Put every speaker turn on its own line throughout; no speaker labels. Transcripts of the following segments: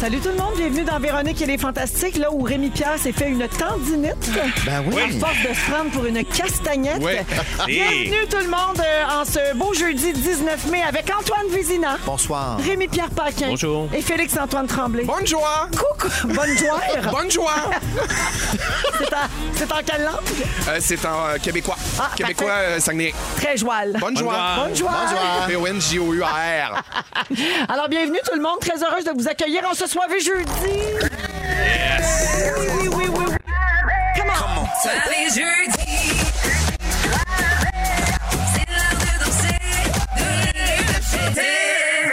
Salut tout le monde, bienvenue dans Véronique et les Fantastiques, là où Rémi Pierre s'est fait une tendinite.
Ben oui.
À force de se prendre pour une castagnette.
Ouais.
Bienvenue tout le monde euh, en ce beau jeudi 19 mai avec Antoine Vézina,
Bonsoir.
Rémi Pierre Paquin
Bonjour.
et Félix-Antoine Tremblay.
Bonne joie!
Coucou, bonne joie.
Bonne joie!
C'est en- C'est en quelle langue?
Euh, c'est en euh, québécois.
Ah,
québécois
parfait.
euh, Saguenay.
Très joie.
Bonne joie!
joie.
Bonne joie.
P-O-N-J-O-U-R.
Alors bienvenue tout le monde, très heureuse de vous accueillir en ce soir et jeudi. Oui, oui, oui, oui, oui. Come on.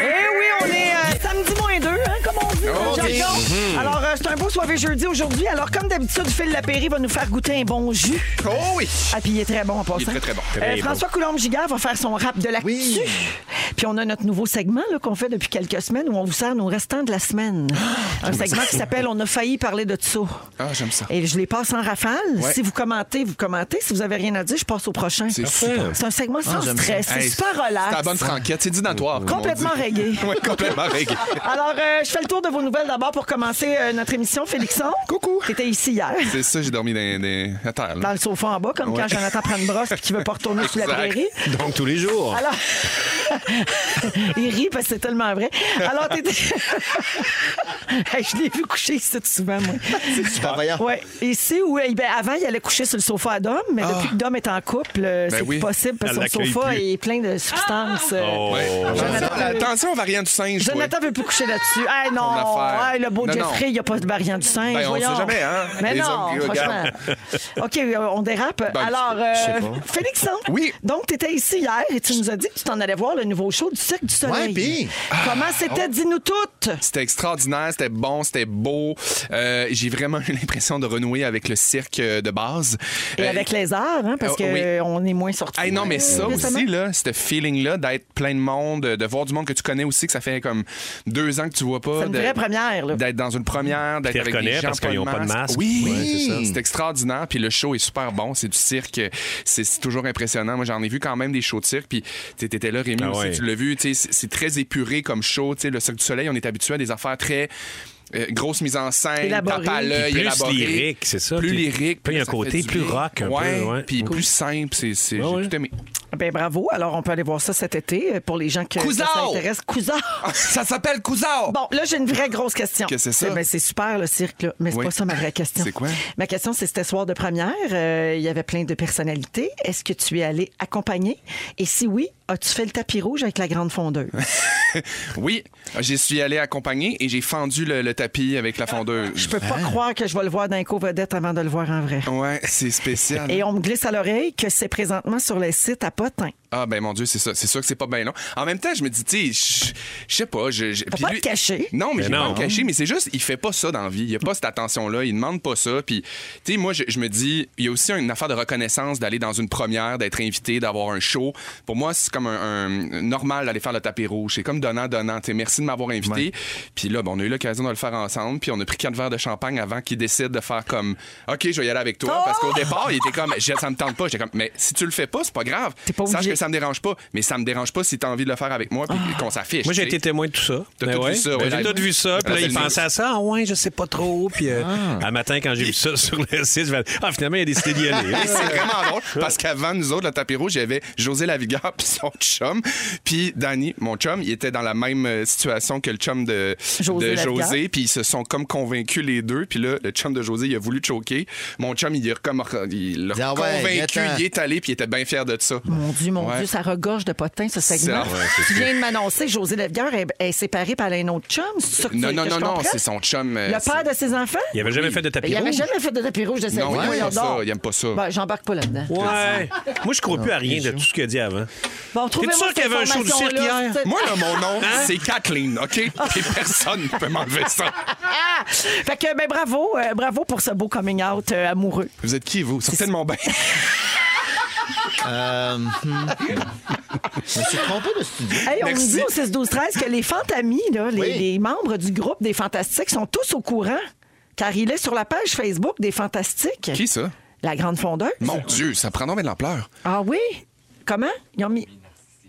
Eh oui, on est euh, samedi moins deux, hein, comme on dit. dans le
Ok.
jargon.
Mhm.
Alors, euh, c'est un beau soirée jeudi aujourd'hui. Alors, comme d'habitude, Phil Lapéry va nous faire goûter un bon jus.
Oh oui!
Ah, puis il est très bon en passant.
très, très bon.
Euh,
Très bon.
François Coulombe-Gigard va faire son rap de l'actu.
Oui.
Puis on a notre nouveau segment là, qu'on fait depuis quelques semaines où on vous sert nos restants de la semaine. un segment qui s'appelle On a failli parler de ça.
Ah, j'aime ça.
Et je les passe en rafale.
Ouais.
Si vous commentez, vous commentez. Si vous avez rien à dire, je passe au prochain.
C'est super.
C'est un segment sans
Ah, j'aime ça.
stress. C'est
Hey,
super
C'est
relax.
la bonne franquette. C'est dînatoire. comme on
Oh, Complètement
dit.
reggae.
Oui, complètement reggae.
Alors, euh, je fais le tour de vos nouvelles d'abord pour commencer euh, notre émission. Félixon.
Coucou.
T'étais ici hier.
C'est ça, j'ai dormi dans, dans, à terre. là.
Dans le sofa en bas, comme
Ouais.
quand Jonathan prend une brosse qui veut pas retourner sous la
Exact.
prairie.
Donc tous les jours.
Alors, il rit parce que c'est tellement vrai. Alors, t'étais. Hey, je l'ai vu coucher ici souvent, moi.
travaillant.
Ouais. Ici, où eh ben, avant, il allait coucher sur le sofa à Dom, mais depuis que Dom est en couple, euh, c'est
Ah. Ben oui.
possible parce que
Elle
son
l'accueille
sofa
plus. Ah!
est plein de substances. euh,
Ouais. Oh. Attention,
Jonathan-
attention aux variants du singe. toi.
Jonathan veut plus coucher là-dessus. Ah non,
Ton affaire.
Hey, le beau
Non,
Jeffrey,
non.
il n'y a pas de variant du singe.
Ben, on
voyons.
sait jamais, hein?
Mais
Les
non,
hommes qui
franchement.
regardent.
OK, euh, on dérape.
Ben,
Alors, euh, Félixon,
Oui.
donc tu étais ici hier et tu nous as dit que tu t'en allais voir le nouveau show du Cirque du Soleil.
Ouais, puis?
Ah,
Comment
oh.
c'était, dis-nous toutes.
C'était extraordinaire, c'était bon, c'était beau. Euh, j'ai vraiment eu l'impression de renouer avec le cirque euh, de base.
Et
Euh,
avec les arts, hein, parce
euh,
que
oui.
euh, on est moins sortis.
Hey, non, mais ça
euh, récemment.
aussi, là, ce feeling-là d'être plein de monde, de voir du monde que tu connais aussi, que ça fait comme deux ans que tu vois pas.
C'est une
de-
vraie première, là.
D'être dans une première, d'être
Puis
avec
reconnais
des gens
parce qu'ils ont pas de masque.
Oui,
Ouais, c'est ça.
c'est extraordinaire. Puis le show est super bon. C'est du cirque. C'est c'est toujours impressionnant. Moi, j'en ai vu quand même des shows de cirque. Puis t'é- t'étais là, Rémi,
Ah
aussi,
ouais.
tu l'as vu. Tu sais, C'est c'est très épuré comme show. Tu sais, le Cirque du Soleil, on est habitué à des affaires très... euh, grosses mises en scène,
Élaborées.
tape à l'œil,
Plus
élaborées.
lyrique, c'est ça.
Plus
Puis-
lyrique.
puis il y a
ça
un côté
fait du
plus
bien.
rock un peu,
Ouais,
ouais.
Puis plus simple, c'est c'est-
Ah
j'ai
ouais.
tout aimé.
Ben bravo. Alors, on peut aller voir ça cet été euh, pour les gens que, que ça
Cousard!
intéresse. Cousard!
Ça s'appelle Cousard.
Bon, là, j'ai une vraie grosse question.
Qu'est-ce que c'est ça?
Ben, c'est super, le cirque, là. mais c'est
Oui.
pas ça ma vraie question.
C'est quoi?
Ma question, c'est c'était soir de première. euh, Il y avait plein de personnalités. Est-ce que tu es allé accompagner? Et si oui, as-tu fait le tapis rouge avec la grande fondeuse?
Oui, j'y suis allé accompagner et j'ai fendu le, le tapis avec la fondeuse.
Je peux pas croire que je vais le voir d'un co vedette avant de le voir en vrai.
Ouais, c'est spécial.
Et on me glisse à l'oreille que c'est présentement sur le site à Potin.
Ah ben mon Dieu, c'est ça. C'est sûr que c'est pas bien long. En même temps, je me dis, tu sais, je- je sais pas. Je, je...
Faut
puis
pas le cacher.
Non, mais,
Mais
j'ai pas
non.
le caché, mais c'est juste, il fait pas ça dans la vie. Il a pas cette attention-là, il demande pas ça. Puis, tu sais, moi, je, je me dis, il y a aussi une affaire de reconnaissance d'aller dans une première, d'être invité, d'avoir un show. Pour moi, c'est comme un, un- normal d'aller faire le tapis rouge. C'est comme donnant, donnant. Tu sais, merci de m'avoir invité. Puis là, ben, on a eu l'occasion de le faire ensemble. Puis on a pris quatre verres de champagne avant qu'il décide de faire comme, OK, je vais y aller avec toi.
Oh!
Parce qu'au départ, il était comme, Je- ça me tente pas. J'étais comme, mais si tu le fais pas, c'est pas grave.
T'es pas
Sache
obligé.
que ça me dérange pas. Mais ça me dérange pas si t'as envie de le faire avec moi, puis qu'on s'affiche.
Moi, j'ai
tu sais.
été témoin de tout ça.
T'as
Ben
tout
ouais.
vu ça, ouais,
Ben, j'ai
live.
tout vu ça. Puis là,
Ah,
il
c'est
pensait à ça. Ah ouais, je sais pas trop. Puis euh,
Ah.
un matin, quand j'ai vu ça sur le site, je me ah finalement, il a décidé d'y aller.
Et c'est vraiment drôle parce qu'avant nous autres, le tapis rouge, il y avait José Lavigueur puis son chum. Puis Danny, mon chum, il était dans la même euh, situation que le chum de
José
de
Lavigueur.
José. Puis ils se sont comme convaincus les deux. Puis là, le chum de José, il a voulu choquer. Mon chum, il l'a comme, il l'a
Ah ouais,
convaincu,
viens-t'en.
il est allé puis il était bien fier de ça.
Mon Dieu, mon mon
Ouais.
Dieu, ça regorge de potins, ce
C'est-
segment.
Ouais, c'est
tu
sûr.
viens de m'annoncer, José Lefebvre est, est séparé par un autre chum. C'est ça que
Non,
tu-
non,
que je
non, non,
comprenne?
c'est son chum. euh,
Le
c'est-
père de ses enfants?
Il avait jamais fait de
Ben,
tapis
Il n'avait
rouge.
jamais fait de tapis rouge de sa vie.
Non, il aime
voyons
pas ça,
donc.
il aime pas ça.
Ben, J'embarque pas là-dedans.
Ouais. Moi, je crois plus à rien de tout ce qu'il a dit avant.
Bon, trouvez-moi
sûr
cette
qu'il y avait un show du cirque
information-là,
hier?
c'est-
Moi, là, mon nom, c'est Kathleen, OK? Et personne ne peut m'enlever ça.
Ah! Fait que, ben, bravo, euh, bravo pour ce beau coming out euh, amoureux.
Vous êtes qui, vous? Sortez de mon bain.
Euh, hmm. Je me suis trompé de studio.
Hey, on
Merci.
nous dit au 6 12 13 que les fantamis, là, les,
Oui.
les membres du groupe des Fantastiques, sont tous au courant. Car il est sur la page Facebook des Fantastiques.
Qui, ça?
La Grande Fondeuse.
Mon Dieu, ça prend donc bien de l'ampleur.
Ah oui? Comment? Ils ont mis.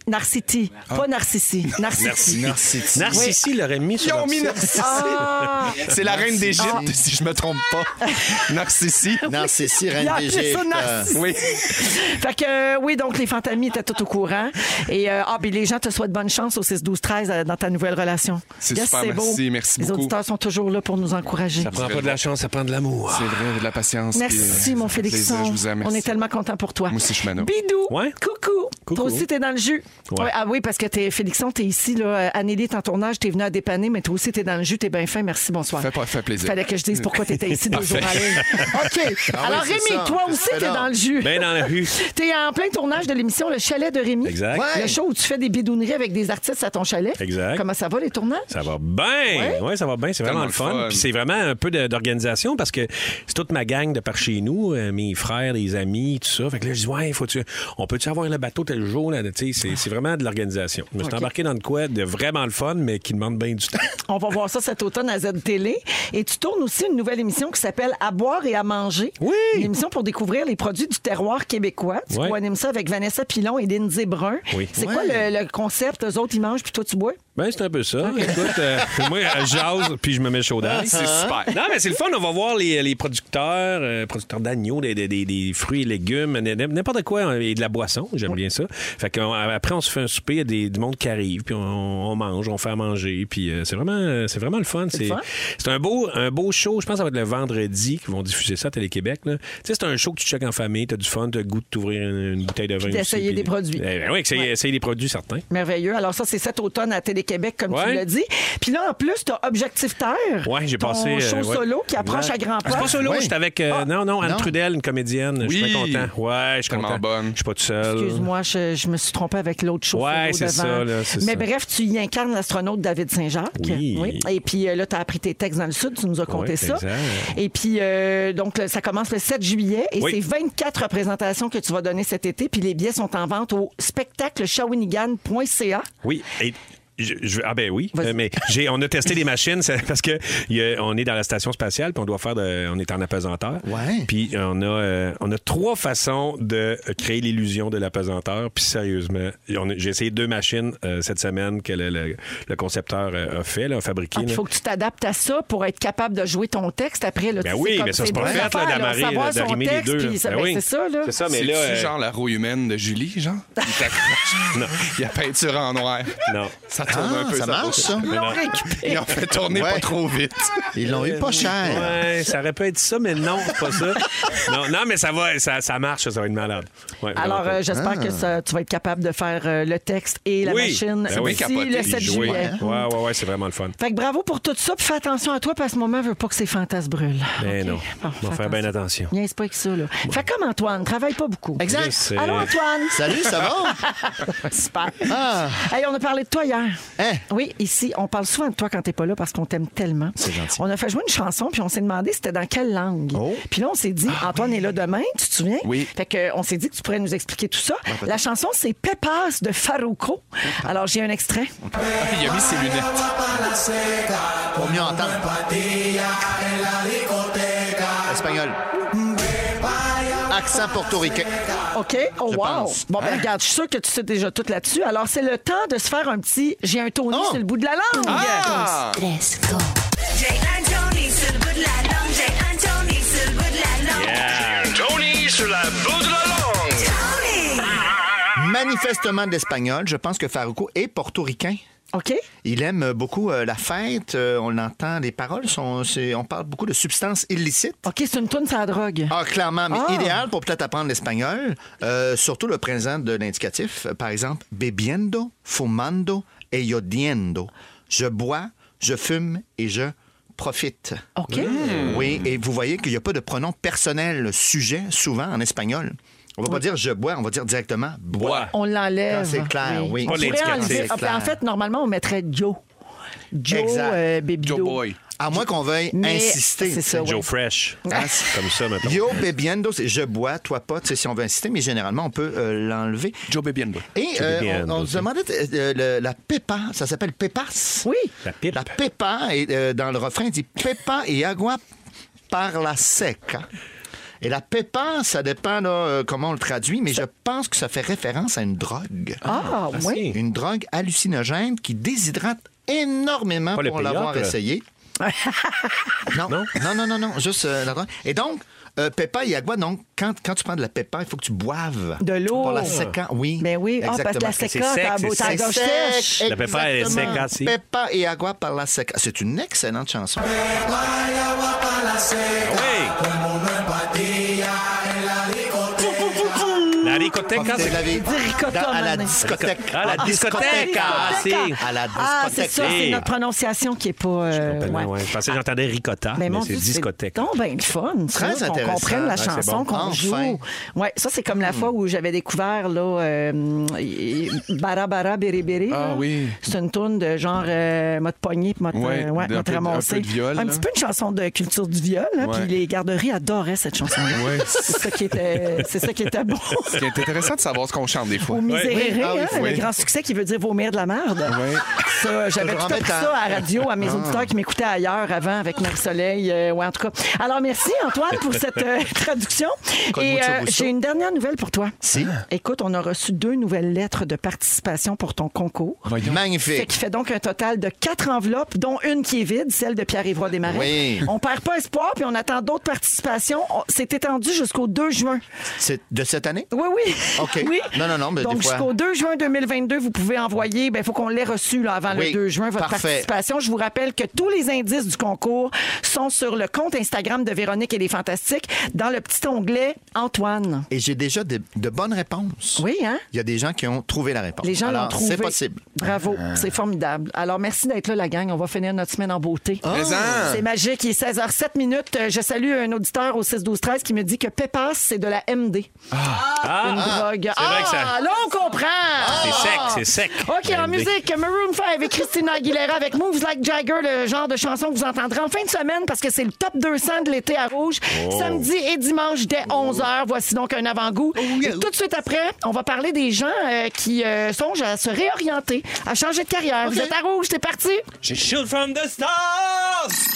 Narcity. Pas Narcissi. Narcity.
Narcity.
Narcissi l'aurait mis sur
Ils ont
leur
mis
site.
Narcissi.
Ah!
C'est la reine d'Égypte, si je me trompe pas. Narcissi.
Narcissi,
Il
reine
a appelé
d'Égypte.
ça
euh,
Narcissi.
Oui.
Fait que, euh, oui, donc les fantamis étaient tout au courant. Et euh, ah, ben, les gens te souhaitent bonne chance au 6-12-13 euh, dans ta nouvelle relation.
C'est super, merci, merci
Les
beaucoup.
auditeurs sont toujours là pour nous encourager.
Ça prend pas de la chance, ça prend de l'amour.
C'est vrai, de la patience. puis,
Merci,
euh,
mon
ça fait plaisir,
Félixon.
Je vous aime.
On
merci.
est tellement contents pour toi.
Moi aussi, je suis Manon.
Bidou.
Ouais.
Coucou. Toi aussi, t'es dans le jus.
Ouais.
Ouais, ah oui, parce que t'es, Félixon, t'es ici, là. euh, Anneli est en tournage, t'es venu à dépanner, mais toi aussi, t'es dans le jus, t'es bien fin. Merci, bonsoir.
Fais pas- fais plaisir.
Fallait que je dise pourquoi t'étais ici deux jours à l'heure. OK.
Ah oui,
Alors,
c'est
Rémi,
ça.
toi aussi,
Fais
t'es
donc.
dans le jus.
Ben dans la rue.
T'es en plein tournage de l'émission Le Chalet de Rémi.
Exact.
Ouais.
Le show où tu fais des bidouneries avec des artistes à ton chalet.
Exact.
Comment ça va, les tournages?
Ça va bien. Ouais. ça va bien. C'est
Tellement
vraiment le fun.
le fun.
Puis c'est vraiment un peu de- d'organisation parce que c'est toute ma gang de par chez nous, euh, mes frères, les amis, tout ça. Fait que là, je dis, ouais, faut on peut-tu avoir le bateau tel jour? Là? Tu sais, C'est c'est vraiment de l'organisation. Je me suis embarqué dans de quoi de vraiment le fun, mais qui demande bien du temps.
On va voir ça cet automne à Z-Télé. Et tu tournes aussi une nouvelle émission qui s'appelle À boire et à manger.
Oui!
Une émission pour découvrir les produits du terroir québécois. Tu
Ouais.
co-animes ça avec Vanessa Pilon et Lindsay Brun.
Oui.
C'est quoi le, le concept? Eux autres, ils mangent, puis toi, tu bois?
Ben, c'est un peu ça. Écoute, euh, moi, je jase, puis je me mets chaud d'ail. C'est super. Non, mais c'est le fun. On va voir les, les producteurs, euh, producteurs d'agneaux, des, des- des- des fruits et légumes, n- n- n'importe quoi, hein, et de la boisson. J'aime bien ça. Fait qu'on- après, on se fait un souper, il y a des, du monde qui arrive, puis on, on mange, on fait à manger. Puis euh, c'est vraiment, euh, c'est vraiment le fun. C'est
fun.
c'est un beau, un beau show. Je pense que ça va être le vendredi qu'ils vont diffuser ça à Télé-Québec. là. Tu sais, c'est un show que tu checkes en famille, t'as du fun, t'as le goût de t'ouvrir une, une bouteille de vin. aussi,
d'essayer
puis-
des produits.
Eh ben oui, essayer,
Ouais.
essayer des produits, certains.
Merveilleux. Alors ça, c'est cet automne à Télé-Québec, comme tu
Ouais.
l'as dit. Puis là, en plus, tu as Objectif Terre.
Ouais, j'ai
ton
passé. euh,
show
ouais.
solo qui approche à
Exact.
Ah. grands pas.
Ah, C'est pas solo,
Oui.
j'étais avec. euh, Non, non, Anne
Non.
Trudel, une comédienne. Je suis
Oui.
bien content. Ouais, je suis
Tellement
content.
bonne.
Je suis pas tout seul.
Excuse-moi, je, je me suis trompée avec l'autre show.
Euh. Ouais,
solo
c'est
devant.
ça, là, c'est
Mais
ça.
bref, tu y incarnes l'astronaute David Saint-Jacques.
Oui.
Et puis euh, là, tu as appris tes textes dans le Sud, tu nous as compté
Ouais,
ça.
exact.
Et puis, euh, donc, le- ça commence le 7 juillet et
Oui.
c'est 24 représentations que tu vas donner cet été. Puis les billets sont en vente au spectacle shawinigan.ca.
Oui. et je- je- ah ben oui,
Vas-y.
Euh, mais j'ai- on a testé des machines c'est- parce que il y a- on est dans la station spatiale puis on doit faire de- on est en apesanteur.
Ouais.
Puis on a euh, on a trois façons de créer l'illusion de l'apesanteur. Puis sérieusement, on a- j'ai essayé deux machines euh, cette semaine que le, le- le concepteur euh, a fait, là, a fabriqué.
Ah, puis
là.
Il faut que tu t'adaptes à ça pour être capable de jouer ton texte après. Là,
Ben
tu sais,
oui,
comme
mais ça, c'est pas
deux
fait, là,
affaires,
d'amarrer,
savoir
là,
son
d'arrimer les
texte,
deux, là.
puis ça-
Ben
ben,
oui.
C'est ça, là.
C'est ça, mais
C'est-tu
là. euh,
genre la roue humaine de Julie, genre? Il t'accroche. Il a peinture en noir.
euh, Non.
Ça tourne
Ah,
un peu,
ça
ça
marche, ça.
Ils l'ont récupéré.
Ils ont fait tourner pas
Ouais.
trop vite.
Ils l'ont eu pas cher.
Ouais, ça aurait pu être ça, mais non, c'est pas ça. Non, non mais ça va, ça, ça marche, ça va être malade. Ouais, vraiment
Alors,
cool.
euh, j'espère que ça- tu vas être capable de faire euh, le texte et la
Oui,
machine
ben oui,
d'ici
capoter,
le
y
7
jouer.
juillet.
Ouais, ouais, ouais, c'est vraiment le fun.
Fait que bravo pour tout ça. Puis fais attention à toi, parce que ce moment, je veux pas que ces fantasmes brûlent.
Ben
OK?
non.
Bon,
On va
fais
faire bien attention.
Niaise pas avec ça, là. Fait comme Antoine, travaille pas beaucoup.
Exact.
C'est-
Allô, Antoine!
Salut, ça va?
Super.
Ah.
Hey, on a parlé de toi hier.
Hein?
Oui, ici, on parle souvent de toi quand t'es pas là parce qu'on t'aime tellement. C'est
gentil. Oh.
On a fait jouer une chanson puis on s'est demandé c'était dans quelle langue. Puis là, on s'est dit,
Ah
Antoine est là demain, tu te souviens?
Oui.
Fait que, euh, on s'est dit que tu pourrais nous expliquer tout ça. La chanson, c'est Pépas de Farouko. Alors, j'ai un extrait.
Ah, Il a mis ses lunettes.
Pour mieux entendre. Espagnol. Accent portoricain.
OK? Oh,
Ah.
wow!
Je pense. Hein?
Bon, ben, regarde, je suis sûre que tu sais déjà tout là-dessus. Alors, c'est le temps de se faire un petit. J'ai un Tony
Oh!
sur le bout de la langue.
Ah!
Let's go.
J'ai un Tony sur le bout de la langue, j'ai un Tony sur le bout de la langue.
Tony sur la bout de la langue.
Tony!
Manifestement d'espagnol. Je pense que Faruco est portoricain.
OK?
Il aime beaucoup euh, la fête. euh, on l'entend, les paroles sont. c'est- On parle beaucoup de substances illicites.
OK, c'est une toune sans drogue.
Ah, clairement, mais
Ah.
idéal pour peut-être apprendre l'espagnol, euh, surtout le présent de l'indicatif. Euh, Par exemple, bebiendo, fumando et yodiendo. Je bois, je fume et je profite.
OK.
Oui, et vous voyez qu'il n'y a pas de pronom personnel sujet souvent en espagnol. On va pas dire je bois, on va dire directement bois.
On
Ah,
l'enlève.
c'est clair, oui.
On
Pas
pourrait
l'indicatif,
enlever-
c'est
Ah, En
clair.
fait, normalement, on mettrait Joe. Joe,
Exact.
euh, Baby
Joe
Doe.
Boy.
À moins qu'on veuille
Mais
insister.
c'est ça, ouais.
Joe Fresh.
Ah,
Comme ça, maintenant.
Yo bebiendo, c'est je bois, toi pas, tu sais, si on veut insister, mais généralement, on peut euh, l'enlever.
Joe Bebiendo.
Et euh,
bebiendo,
on, on
c'est-
se demandait euh, le- la pépa, ça s'appelle pépas.
Oui.
La pipe. Ah
La pépa, et, euh, dans le refrain, il dit pépa et agua par la seca. Et la pépa, ça dépend là, euh, comment on le traduit, mais je pense que ça fait référence à une drogue.
Ah, oui.
Une drogue hallucinogène qui déshydrate énormément
Pas le
pour l'avoir
peyote, là.
essayé. non, non, non, non, non, juste euh, la drogue. Et donc, euh, Peppa et Agua, donc, quand, quand tu prends de la Peppa, il faut que tu boives.
De l'eau.
Pour la séca, oui.
Ben oui, ah, parce que la séca,
Exactement.
sec,
t'as beau-
c'est
t'as la
sec.
gorge
C'est
sèche.
sec,
La Peppa, elle est
exactement.
seca, si.
Peppa et Agua par la Seca. C'est une excellente chanson.
Oui! La hein? ricoteca,
Profitez de
c'est
la vie.
Dis ricotta,
Dans- à la
mané.
discothèque. Ah,
À la discothèque. Ah, si.
À la
Ah, c'est ça,
discothèque.
c'est notre prononciation qui est pas. euh,
Ben
ouais.
non, ouais. Je pensais que j'entendais ricotta,
Ben,
Ah, mais,
mon
c'est
Dieu,
discothèque.
Donc, ben, le fun, ça,
Très
qu'on
intéressant.
comprenne la
Ah,
Ouais, c'est
chanson
bon.
qu'on
Enfin.
joue. Ouais, ça, c'est comme la
Hmm.
fois où j'avais découvert là, euh, y- y- Bara Bara Béré Béré.
Ah
là.
oui.
C'est une tourne de genre euh, mode poignée, puis mode,
Ouais,
euh, ouais,
d'un
mode
peu de- un
ramassé.
peu de viol,
Un
là.
petit peu une chanson de culture du viol. hein,
Ouais.
Puis les garderies adoraient cette chanson-là.
Ouais.
C'est ça qui était, c'est ça qui était bon.
Ce qui est intéressant de savoir ce qu'on chante des fois.
Au Miséréré,
Ah oui,
hein,
oui.
le grand succès qui veut dire vomir de la merde. Ça, j'avais
Toujours
tout
en
appris
mettant.
ça à la radio,
Ah.
à mes auditeurs qui m'écoutaient ailleurs avant avec Marie-Soleil. euh, ouais, en tout cas. Alors, merci Antoine pour cette euh, traduction.
Code
Et
mucho
euh,
gusto.
j'ai une dernière nouvelle pour toi.
Si.
Écoute, on a reçu deux nouvelles lettres de participation pour ton concours. Fait
Magnifique.
qui fait donc un total de quatre enveloppes, dont une qui est vide, celle de Pierre-Évroy Desmarais.
Oui.
On perd pas espoir, puis on attend d'autres participations. On- C'est étendu jusqu'au 2 juin.
C'est de cette année?
Oui, oui.
OK.
Oui.
Non, non, non, mais des
Donc,
fois-
jusqu'au 2 juin 2022, vous pouvez envoyer, il faut qu'on l'ait reçu là, avant
Oui.
le 2 juin, votre
Parfait.
participation. Je vous rappelle que tous les indices du concours sont sur le compte Instagram de Véronique et les Fantastiques, dans le petit onglet Antoine.
Et j'ai déjà de, de bonnes réponses.
Oui, hein?
Il y a des gens qui ont trouvé la réponse.
Les gens
Alors,
l'ont trouvé.
C'est possible. Ah.
Bravo, c'est formidable. Alors, merci d'être là, la gang. On va finir notre semaine en beauté.
Ah.
Mais hein,
C'est magique. Il est 16h07 minutes. Euh, Je salue un auditeur au 6 12 13 qui me dit que Pépas, c'est de la MD.
Ah,
Une drogue.
c'est vrai que ça-
Ah, là, on comprend.
c'est sec, c'est sec.
OK, en musique, Maroon 5 et Christina Aguilera avec Moves Like Jagger, le genre de chanson que vous entendrez en fin de semaine parce que c'est le top 200 de l'été à Rouge,
Oh.
samedi et dimanche dès 11h. Voici donc un avant-goût.
Oh,
Et tout de suite après, on va parler des gens euh, qui euh, songent à se réorienter, à changer de carrière. Vous êtes à Rouge, c'est parti.
J'ai shoot from the stars!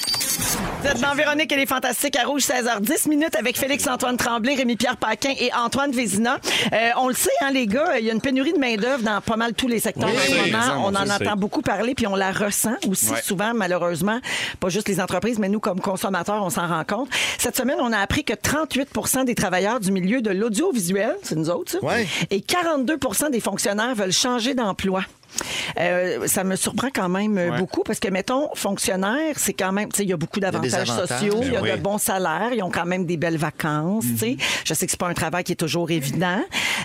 Vous êtes dans Véronique et les Fantastiques à Rouge, 16h10 minutes avec Félix-Antoine Tremblay, Rémi-Pierre Paquin et Antoine Vézina. Euh, on le sait, hein, les gars, il y a une pénurie de main-d'œuvre dans pas mal tous les secteurs
Oui,
en ce
oui,
moment.
raison,
on en
ça, c'est-
entend beaucoup parler, puis on la ressent aussi
Ouais.
souvent, malheureusement. Pas juste les entreprises, mais nous, comme consommateurs, on s'en rend compte. Cette semaine, on a appris que 38 des travailleurs du milieu de l'audiovisuel, c'est nous autres, ça,
Ouais.
et 42 des fonctionnaires veulent changer d'emploi. Euh, ça me surprend quand même euh,
Ouais.
beaucoup parce que, mettons, fonctionnaire, c'est quand même, tu sais, il y a beaucoup
y a des
d'avantages
avantages.
sociaux, il y a
Ben oui.
de bons salaires, ils ont quand même des belles vacances, tu sais. Je sais que c'est pas un travail qui est toujours évident,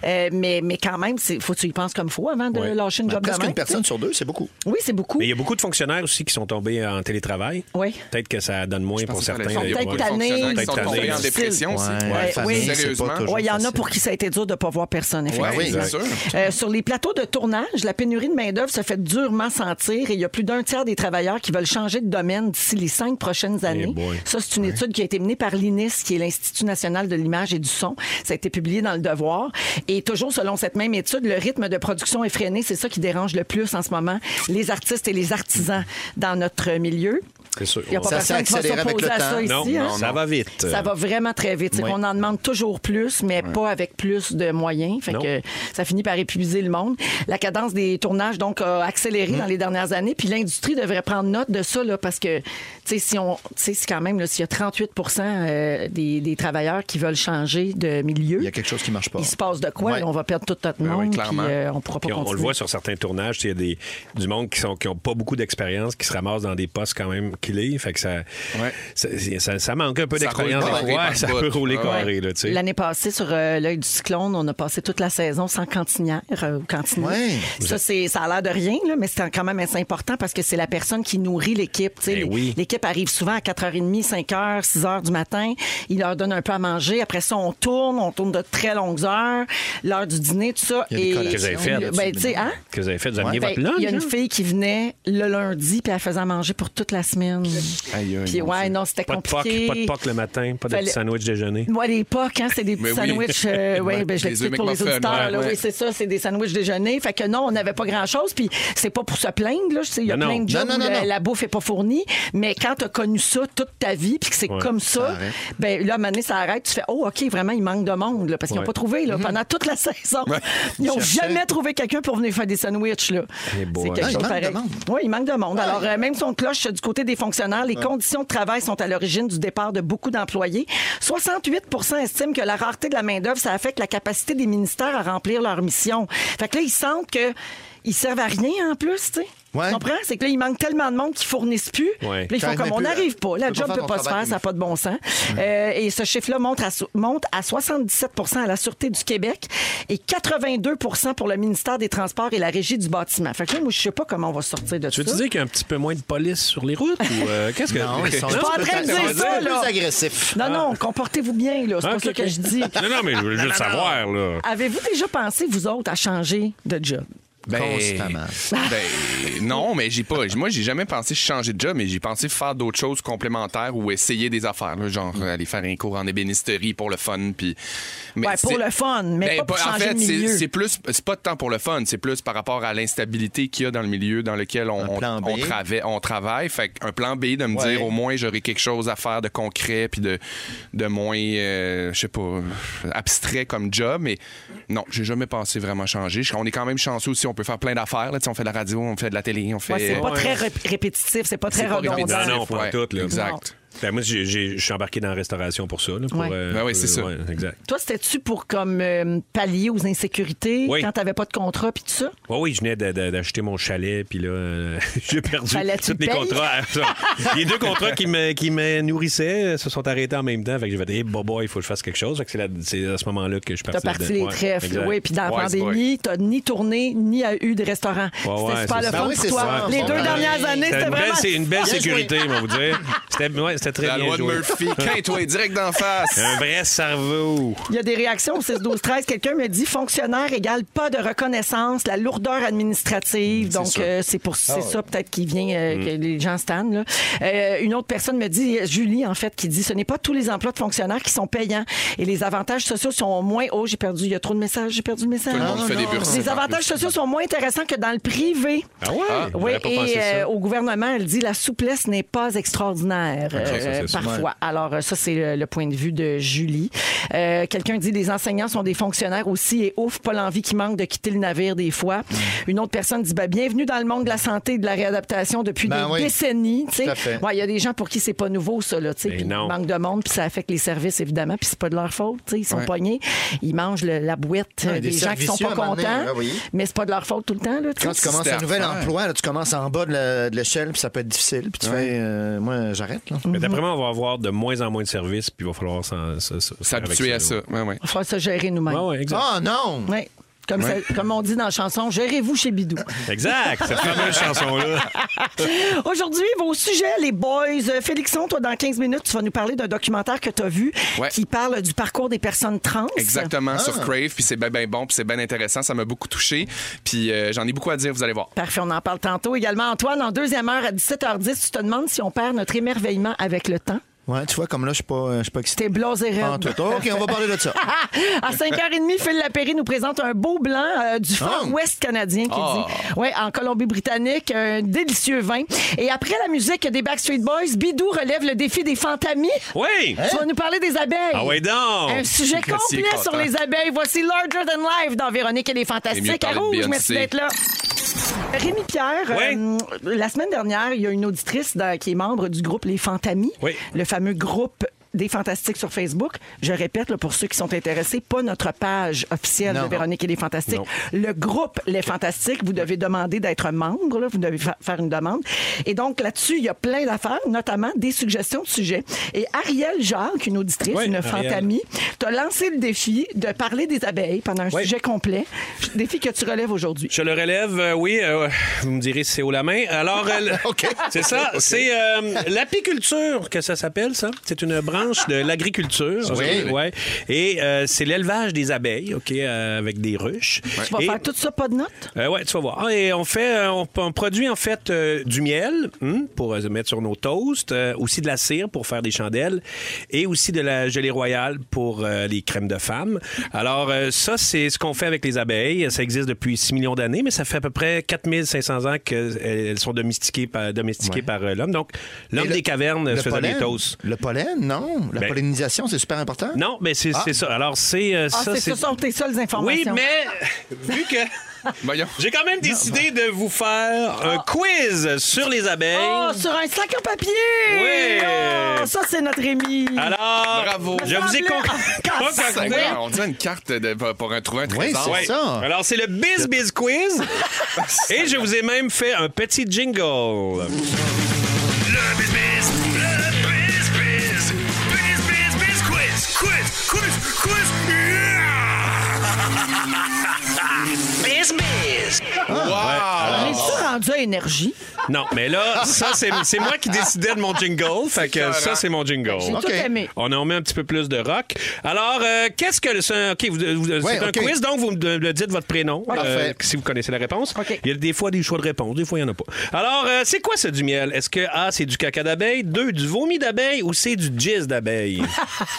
euh, mais, mais quand même, c'est faut que tu y penses comme faut avant de
Ouais.
lâcher une job de
Presque
même,
une personne
tu
sur deux, c'est beaucoup.
sais. Oui, c'est beaucoup.
Mais il y a beaucoup de fonctionnaires aussi qui sont tombés en télétravail.
Oui.
Peut-être que ça donne moins pour
c'est
certains.
pas la-
Ils
il y
sont
a beaucoup de
peut-être tannés,
fonctionnaires
ils
qui sont
sont
tombés en
difficiles.
dépression aussi.
Ouais,
Ouais,
la famille,
oui.
c'est pas
Sérieusement.
toujours
Ouais, il y en a
facile.
pour qui ça a été dur de ne pas voir personne,
Ouais,
oui,
c'est
exact.
sûr.
Euh, sur les plateaux de tournage, la pénurie de main-d'œuvre se fait durement sentir et il y a plus d'un tiers des travailleurs qui veulent changer de domaine d'ici les cinq prochaines années.
boy.
ça, c'est une étude qui a été menée par l'INIS, qui est l'Institut national de l'image et du son. Ça a été publié dans Le Devoir. Et toujours selon cette même étude, le rythme de production effréné, c'est ça qui dérange le plus en ce moment les artistes et les artisans dans notre milieu.
C'est sûr.
Il n'y a pas
Ça
personne qui va
s'accélère avec
s'opposer
le
à
temps.
ça ici.
Non,
hein?
non, ça va vite.
Ça va vraiment très vite. C'est
euh, Oui.
qu'on en demande toujours plus, mais pas avec plus de moyens. Fait
Non.
que ça finit par épuiser le monde. La cadence des tournages, donc, a accéléré
Mm.
dans les dernières années. Puis l'industrie devrait prendre note de ça, là, parce que, tu sais, si on, tu sais, c'est quand même, là, s'il y a 38 euh, des, des travailleurs qui veulent changer de milieu.
Il y a quelque chose qui marche pas.
Il se passe de quoi?
Ouais.
là, on va perdre tout notre
Ben oui,
monde, puis
clairement.
euh, on pourra pas
Puis on, on le
continuer.
voit sur certains tournages, il y a des, du monde qui n'ont qui ont pas beaucoup d'expérience, qui se ramassent dans des postes quand même clés. Fait que ça,
Ouais.
ça, c'est- ça- ça manque un peu
Ça
d'expérience
roule
des
carré
fois.
par
Ça
bout.
peut rouler
Ouais.
carré. Là, tu sais.
L'année passée, sur euh, l'œil du cyclone, on a passé toute la saison sans cantinière euh, ou cantinier.
Ouais.
Ça, c'est, ça a l'air de rien, là, mais c'est quand même assez important parce que c'est la personne qui nourrit l'équipe. tu sais.
Ben
Les-
oui.
L'équipe arrive souvent à 4h30, 5h, 6h du matin. Il leur donne un peu à manger. Après ça, on tourne. On tourne de très longues heures. L'heure du dîner, tout ça.
Il y a des collations
Que vous avez faites.
Ben, tu sais, hein?
Que vous avez fait, vous
Ouais.
amenez
Ben,
votre lunch.
Il y a une
hein?
fille qui venait le lundi, puis elle faisait à manger pour toute la semaine.
Aïe, aïe,
puis
mon
ouais,
Dieu.
non, c'était
Pas de poc,
compliqué.
pas de poc le matin, pas de
Fallait-
petit sandwich déjeuner.
Moi, à l'époque, hein, c'est des petits
Mais oui.
sandwichs. euh, ouais, ben, je
Les
l'explique
œufs
pour les
McMuffin,
auditeurs.
ouais,
là,
ouais.
Oui, c'est ça, c'est des sandwichs déjeuner. Fait que non, on n'avait pas grand-chose. Puis c'est pas pour se plaindre. là. Je sais, Il y a
Non,
plein
non.
de jobs
Non, non,
où
non,
la,
non.
la bouffe n'est pas fournie. Mais quand tu as connu ça toute ta vie, puis que c'est
Ouais.
comme ça, ben, là, à un moment donné, ça arrête. Tu fais, oh, OK, vraiment, il manque de monde. là, parce qu'ils n'ont
Ouais.
pas trouvé là, pendant toute la saison. Ils n'ont
Cherchaient.
jamais trouvé quelqu'un pour venir faire des sandwichs. là.
Eh boy.
C'est quelque
Ah,
chose
il manque de
pareil.
monde.
Oui, il manque de monde. Alors, euh, même son cloche euh, du côté des fonctionnaires, les conditions de travail sont à l'origine du départ de beaucoup d'employés. 68 estiment que la rareté de la main-d'œuvre, ça affecte la capacité des ministères à remplir leur mission. Fait que là, ils sentent que. Ils servent à rien en plus, tu sais.
Ouais.
Tu comprends? C'est que là, il manque tellement de monde qu'ils fournissent plus.
Ouais.
Puis là, ils font
T'arrives
comme on
même plus à-
n'arrive pas. La
tu peux
job
pas
peut
faire
pas
ton
se faire,
travail
ça n'a pas de bon sens. Euh, et ce chiffre-là monte à, so- monte à 77 à la Sûreté du Québec et 82 pour le ministère des Transports et la Régie du bâtiment. Fait que là, moi, je sais pas comment on va sortir de
Tu veux-tu
ça.
dire qu'il y a un petit peu moins de police sur les routes? ou, euh, Qu'est-ce que. Hein?
Non, ils sont
suis pas en train de dire
Ils sont
ça,
plus
là.
agressifs.
Non, non, comportez-vous bien, là. C'est
Ah,
pas
ok,
ça que
ok.
je dis.
Non, non, mais je voulais juste savoir, là.
Avez-vous déjà pensé, vous autres, à changer de job?
Ben,
Constamment.
ben, non, mais j'ai pas. Moi, j'ai jamais pensé changer de job, mais j'ai pensé faire d'autres choses complémentaires ou essayer des affaires, là,
Mm.
genre aller faire un cours en ébénisterie pour le fun, puis. mais
Ouais, pour
c'est- Ben,
le fun, mais pas pour
en
changer
fait,
de
c'est-
milieu.
C'est plus, c'est pas tant pour le fun, c'est plus par rapport à l'instabilité qu'il y a dans le milieu dans lequel on,
Un
on,
plan B.
on travaille, on travaille. Fait un plan B de me
Ouais.
dire au moins j'aurai quelque chose à faire de concret puis de, de moins, euh, je sais pas, abstrait comme job. Mais non, j'ai jamais pensé vraiment changer. Je- On est quand même chanceux aussi, on peut faire plein d'affaires. là. Tu sais, On fait de la radio, on fait de la télé, on fait.
Ouais, c'est pas très ré- répétitif, c'est pas très
C'est pas
redondant.
répétitif.
Non, non, pas
Ouais,
tout, là.
Exact.
Ben, moi, j'ai- j'ai- je suis embarqué dans la restauration pour ça. Là, pour,
Ouais.
euh,
Ben oui, c'est ça.
ouais, exact.
Toi, c'était-tu pour comme euh, pallier aux insécurités
Oui.
quand t'avais pas de contrat puis tout ça?
Ouais, oui, je venais d'a- d'a- d'acheter mon chalet, puis là, euh, j'ai perdu
Fallait-tu
tous les
payer?
contrats. hein, les deux contrats qui me, qui me nourrissaient euh, se sont arrêtés en même temps. Fait que j'ai fait, hey, bobo, il faut que je fasse quelque chose. Fait que c'est là- c'est à ce moment-là que je suis parti.
T'as parti les
là-dedans. Ouais,
trèfles,
exact.
oui. Puis dans la
Ouais, c'est
pandémie, t'as ni tourné ni a eu de restaurant.
ouais,
c'était super
c'est
le
ça.
fun
Ah oui,
pour
c'est
toi.
ça.
Les
Bon,
deux
ben,
dernières années, c'était
C'était une belle,
vraiment...
c'est une belle
Bien joué.
sécurité, on va vous dire. C'était ouais, c'était très
La
bien
loi de
joué.
Murphy, quinte-toi direct d'en face.
Un vrai cerveau.
Il y a des réactions au 6 12 13 Quelqu'un me dit fonctionnaire égale pas de reconnaissance, la lourdeur
Mm,
administrative. Donc euh, c'est
Ah
pour c'est ça peut-être qui vient euh, que les gens stannent. là. Euh, une autre personne me dit Julie en fait qui dit ce n'est pas tous les emplois de fonctionnaires qui sont payants et les avantages sociaux sont moins hauts. j'ai perdu il y a trop de messages, j'ai perdu le message.
Tout le monde fait des bursines,
Les
en
avantages
plus.
sociaux sont moins intéressants que dans le privé.
Ah ouais?
Oui,
J'aurais pas
et
pensé ça.
euh, au gouvernement, elle dit la souplesse n'est pas extraordinaire
Ah,
ça, c'est
euh,
sûr.
parfois. Alors euh, ça, c'est euh, le point de vue de Julie. Euh, Quelqu'un dit les enseignants sont des fonctionnaires aussi et ouf, pas l'envie qui manque de quitter le navire des fois.
Hmm.
Une autre personne dit ben, bienvenue dans le monde de la santé et de la réadaptation depuis
Ben
des
oui.
décennies. Tu sais.
à fait.
Ouais, il y a des gens pour qui c'est pas nouveau ça là. tu sais,
Ben
puis Il
non.
manque de monde puis ça affecte les services évidemment puis c'est pas de leur faute. tu sais, Ils sont
Ouais.
pognés, ils mangent le- la bouette euh,
Ouais,
des,
des
gens qui sont
servicieux
pas
à un moment
contents.
donné, là, oui.
Mais c'est pas de leur faute tout le temps là. tu sais.
Quand tu commences un
Système.
nouvel
Ouais.
emploi, là, tu commences en bas de la- de l'échelle, puis ça peut être difficile. Puis tu fais, euh, moi, j'arrête. là.
Mm-hmm.
Mais d'après moi, on va avoir de moins en moins de services, puis il va falloir s'en- s'en- s'en-
S'habituer à
avec
ça. Ouais, ouais.
Il faut se gérer nous-mêmes.
Ouais, ouais, exact.
Oh non!
Oui. Comme,
Ouais.
ça- comme on dit dans la chanson, gérez-vous chez Bidou.
Exact, cette fameuse chanson-là.
Hein? Aujourd'hui, vos sujets, les boys. Euh, Félixon, toi, dans 15 minutes, tu vas nous parler d'un documentaire que tu as vu
Ouais.
qui parle du parcours des personnes trans.
Exactement,
Ah.
sur Crave, puis c'est bien ben bon, puis c'est bien intéressant, ça m'a beaucoup touché, puis euh, j'en ai beaucoup à dire, vous allez voir.
Parfait, on en parle tantôt. Également, Antoine, en deuxième heure à 17h10, tu te demandes si on perd notre émerveillement avec le temps.
Ouais, tu vois, comme là, je suis pas, euh, je suis pas excité.
T'es blasé raide.
Pas en tout. oh. OK, on va parler de ça.
à 5h30, Phil Lapéry nous présente un beau blanc euh, du
Ah.
far ouest canadien qui
Ah.
dit. Ouais, en Colombie-Britannique, un délicieux vin. Et après la musique des Backstreet Boys, Bidou relève le défi des fantamis.
Oui!
Hein?
Tu vas nous parler des abeilles.
Ah ouais, donc!
Un sujet
Merci,
complet
content.
sur les abeilles. Voici Larger Than Life dans Véronique et les
Et mieux de
Fantastiques. À
parler de
rouge,
Beyoncé.
merci d'être là. Rémi Pierre,
Ouais.
euh, la semaine dernière, il y a une auditrice dans- qui est membre du groupe Les Fantamis,
Oui.
le fameux groupe des Fantastiques sur Facebook. Je répète, là, pour ceux qui sont intéressés, pas notre page officielle
Non.
de Véronique et les Fantastiques.
Non.
Le groupe Les Fantastiques, vous devez demander d'être membre, là, vous devez fa- faire une demande. Et donc là-dessus, il y a plein d'affaires, notamment des suggestions de sujets. Et Ariel Jacques, une auditrice,
Oui,
une
Ariel.
fantamie, t'as lancé le défi de parler des abeilles pendant un
Oui.
sujet complet. Défi que tu relèves aujourd'hui.
Je le relève, euh, oui. euh, vous me direz si c'est haut la main. Alors, euh,
OK.
c'est ça. C'est euh, l'apiculture que ça s'appelle, ça. C'est une branche de l'agriculture.
Oui.
Ouais. Et euh, c'est l'élevage des abeilles, OK, euh, avec des ruches.
Tu vas
Et-
faire tout ça pas de notes?
euh, ouais, tu vas voir. Ah, Et on fait, euh, on, on produit en fait euh, du miel hein, pour euh, mettre sur nos toasts, euh, aussi de la cire pour faire des chandelles, et aussi de la gelée royale pour euh, les crèmes de femmes. Alors euh, ça, c'est ce qu'on fait avec les abeilles. Ça existe depuis 6 millions d'années, mais ça fait à peu près 4500 ans qu'elles sont domestiquées par, domestiquées
Ouais.
par euh, l'homme. Donc l'homme
Et le-
des cavernes
le
se faisait des
pollen,
toasts.
Le pollen, non. La
Ben-
pollinisation, c'est super important.
Non, mais c'est
Ah.
c'est ça. Alors c'est euh,
Ah,
ça.
c'est- ce sont tes seules informations.
Oui, mais vu que
Voyons.
J'ai quand même décidé de vous faire un quiz sur les abeilles.
Oh, sur un sac en papier!
Oui.
Oh, ça, c'est notre Rémi.
Alors,
Bravo.
je vous ai
Semblait-
con-
Quand ça
C'est
concocté.
incroyable. On dirait une carte de- pour- pour un- trouver un
Oui,
trésor.
c'est
Ouais.
ça.
Alors, c'est le Biz Biz Quiz. Et je vous ai même fait un petit jingle.
Le bis bis, le bis bis, bis bis bis quiz, quiz, quiz, quiz. yeah! Bis bis.
On est tu rendu à énergie?
Non, mais là, ça, c'est c'est moi qui décidais de mon jingle. Fait que ça, c'est mon jingle.
J'ai tout
OK.
aimé.
On en met un petit peu plus de rock. Alors, euh, qu'est-ce que le. c'est- OK, vous- vous- c'est un
OK.
quiz, donc vous me de- me dites votre prénom euh,
Parfait.
si vous connaissez la réponse.
OK.
Il y a des fois des choix de réponse, des fois, il n'y en a pas. Alors, euh, c'est quoi ça du miel? Est-ce que A, c'est du caca d'abeille, 2, du vomi d'abeille ou c'est du jizz d'abeille?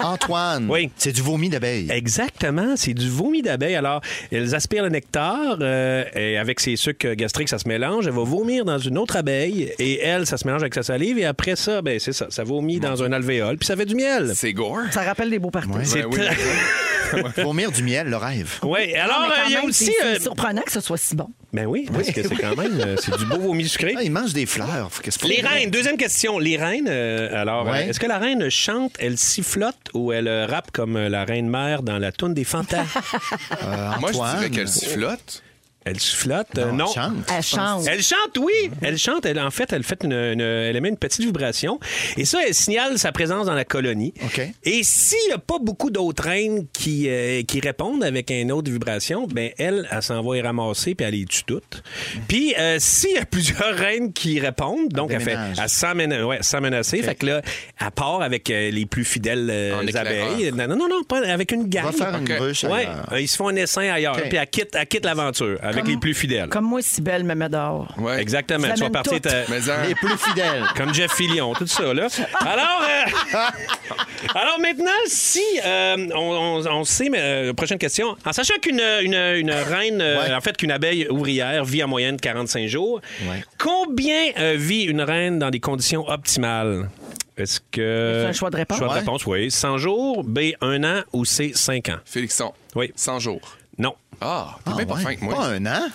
Antoine,
Oui.
c'est du vomi d'abeille.
Exactement, c'est du vomi d'abeille. Alors, elles aspirent le nectar euh, et avec ses sucres gastriques, ça se mélange. Elle va vomir dans une autre abeille et elle, ça se mélange avec sa salive et après ça, ben c'est ça, ça vomit dans un alvéole puis ça fait du miel.
C'est gore.
Ça rappelle des beaux parties.
C'est
Ben oui.
très-
Vomir du miel, le rêve.
Ouais, alors
Mais
euh,
quand
il y a
même,
aussi
c'est-
euh,
C'est surprenant que ce soit si bon.
ben oui, parce que c'est quand même euh, c'est du beau vomi sucré.
Ah, il mange des fleurs. Faut que c'est-
Les reines, deuxième question. Les reines, euh, alors,
Ouais.
euh, est-ce que la reine chante, elle sifflote ou elle euh, rappe comme euh, la reine mère dans la toune des fantasmes?
Euh,
Moi, je dirais
Antoine.
qu'elle sifflote.
elle sifflote? euh, non.
chante.
Elle chante.
Elle chante, oui. Elle chante. Elle, en fait, elle fait une, une- elle émet une petite vibration. Et ça, elle signale sa présence dans la colonie.
OK.
Et s'il n'y a pas beaucoup d'autres reines qui, euh, qui répondent avec une autre vibration, ben elle, elle s'en va les ramasser puis elle les tue toutes. Puis euh, s'il y a plusieurs reines qui répondent, donc elle, fait,
déménage.
elle s'en mena- ouais, elle s'en menacer. Fait que là, elle part avec euh, les plus fidèles euh,
En éclaireur.
abeilles. Non, non, non, non, pas avec une
On
gang.
va faire une
Ok.
ruche. ah,
Ouais,
ailleurs.
euh, ils se font un essaim ailleurs.
OK.
Puis elle quitte, elle quitte l'aventure avec les plus fidèles.
Comme moi, Sibelle me met dehors.
Ouais.
Exactement.
Ça
Tu vas
mène
partir
tout.
ta-
Mais hein,
Les plus fidèles.
comme Jeff Fillion, tout ça, là. Alors, euh, alors maintenant, si euh, on, on- on sait, mais euh, prochaine question. En sachant qu'une une, une reine, euh,
Ouais.
en fait, qu'une abeille ouvrière vit en moyenne 45 jours,
Ouais.
combien euh, vit une reine dans des conditions optimales? Est-ce que.
C'est un choix de réponse.
Choix de
Ouais.
réponse, oui. 100 jours, B, 1 an ou C, 5 ans?
Félixon.
Oui.
100 jours.
Non.
Ah, t'es
Ah,
bien pas
ouais.
fin que moi.
Pas un an.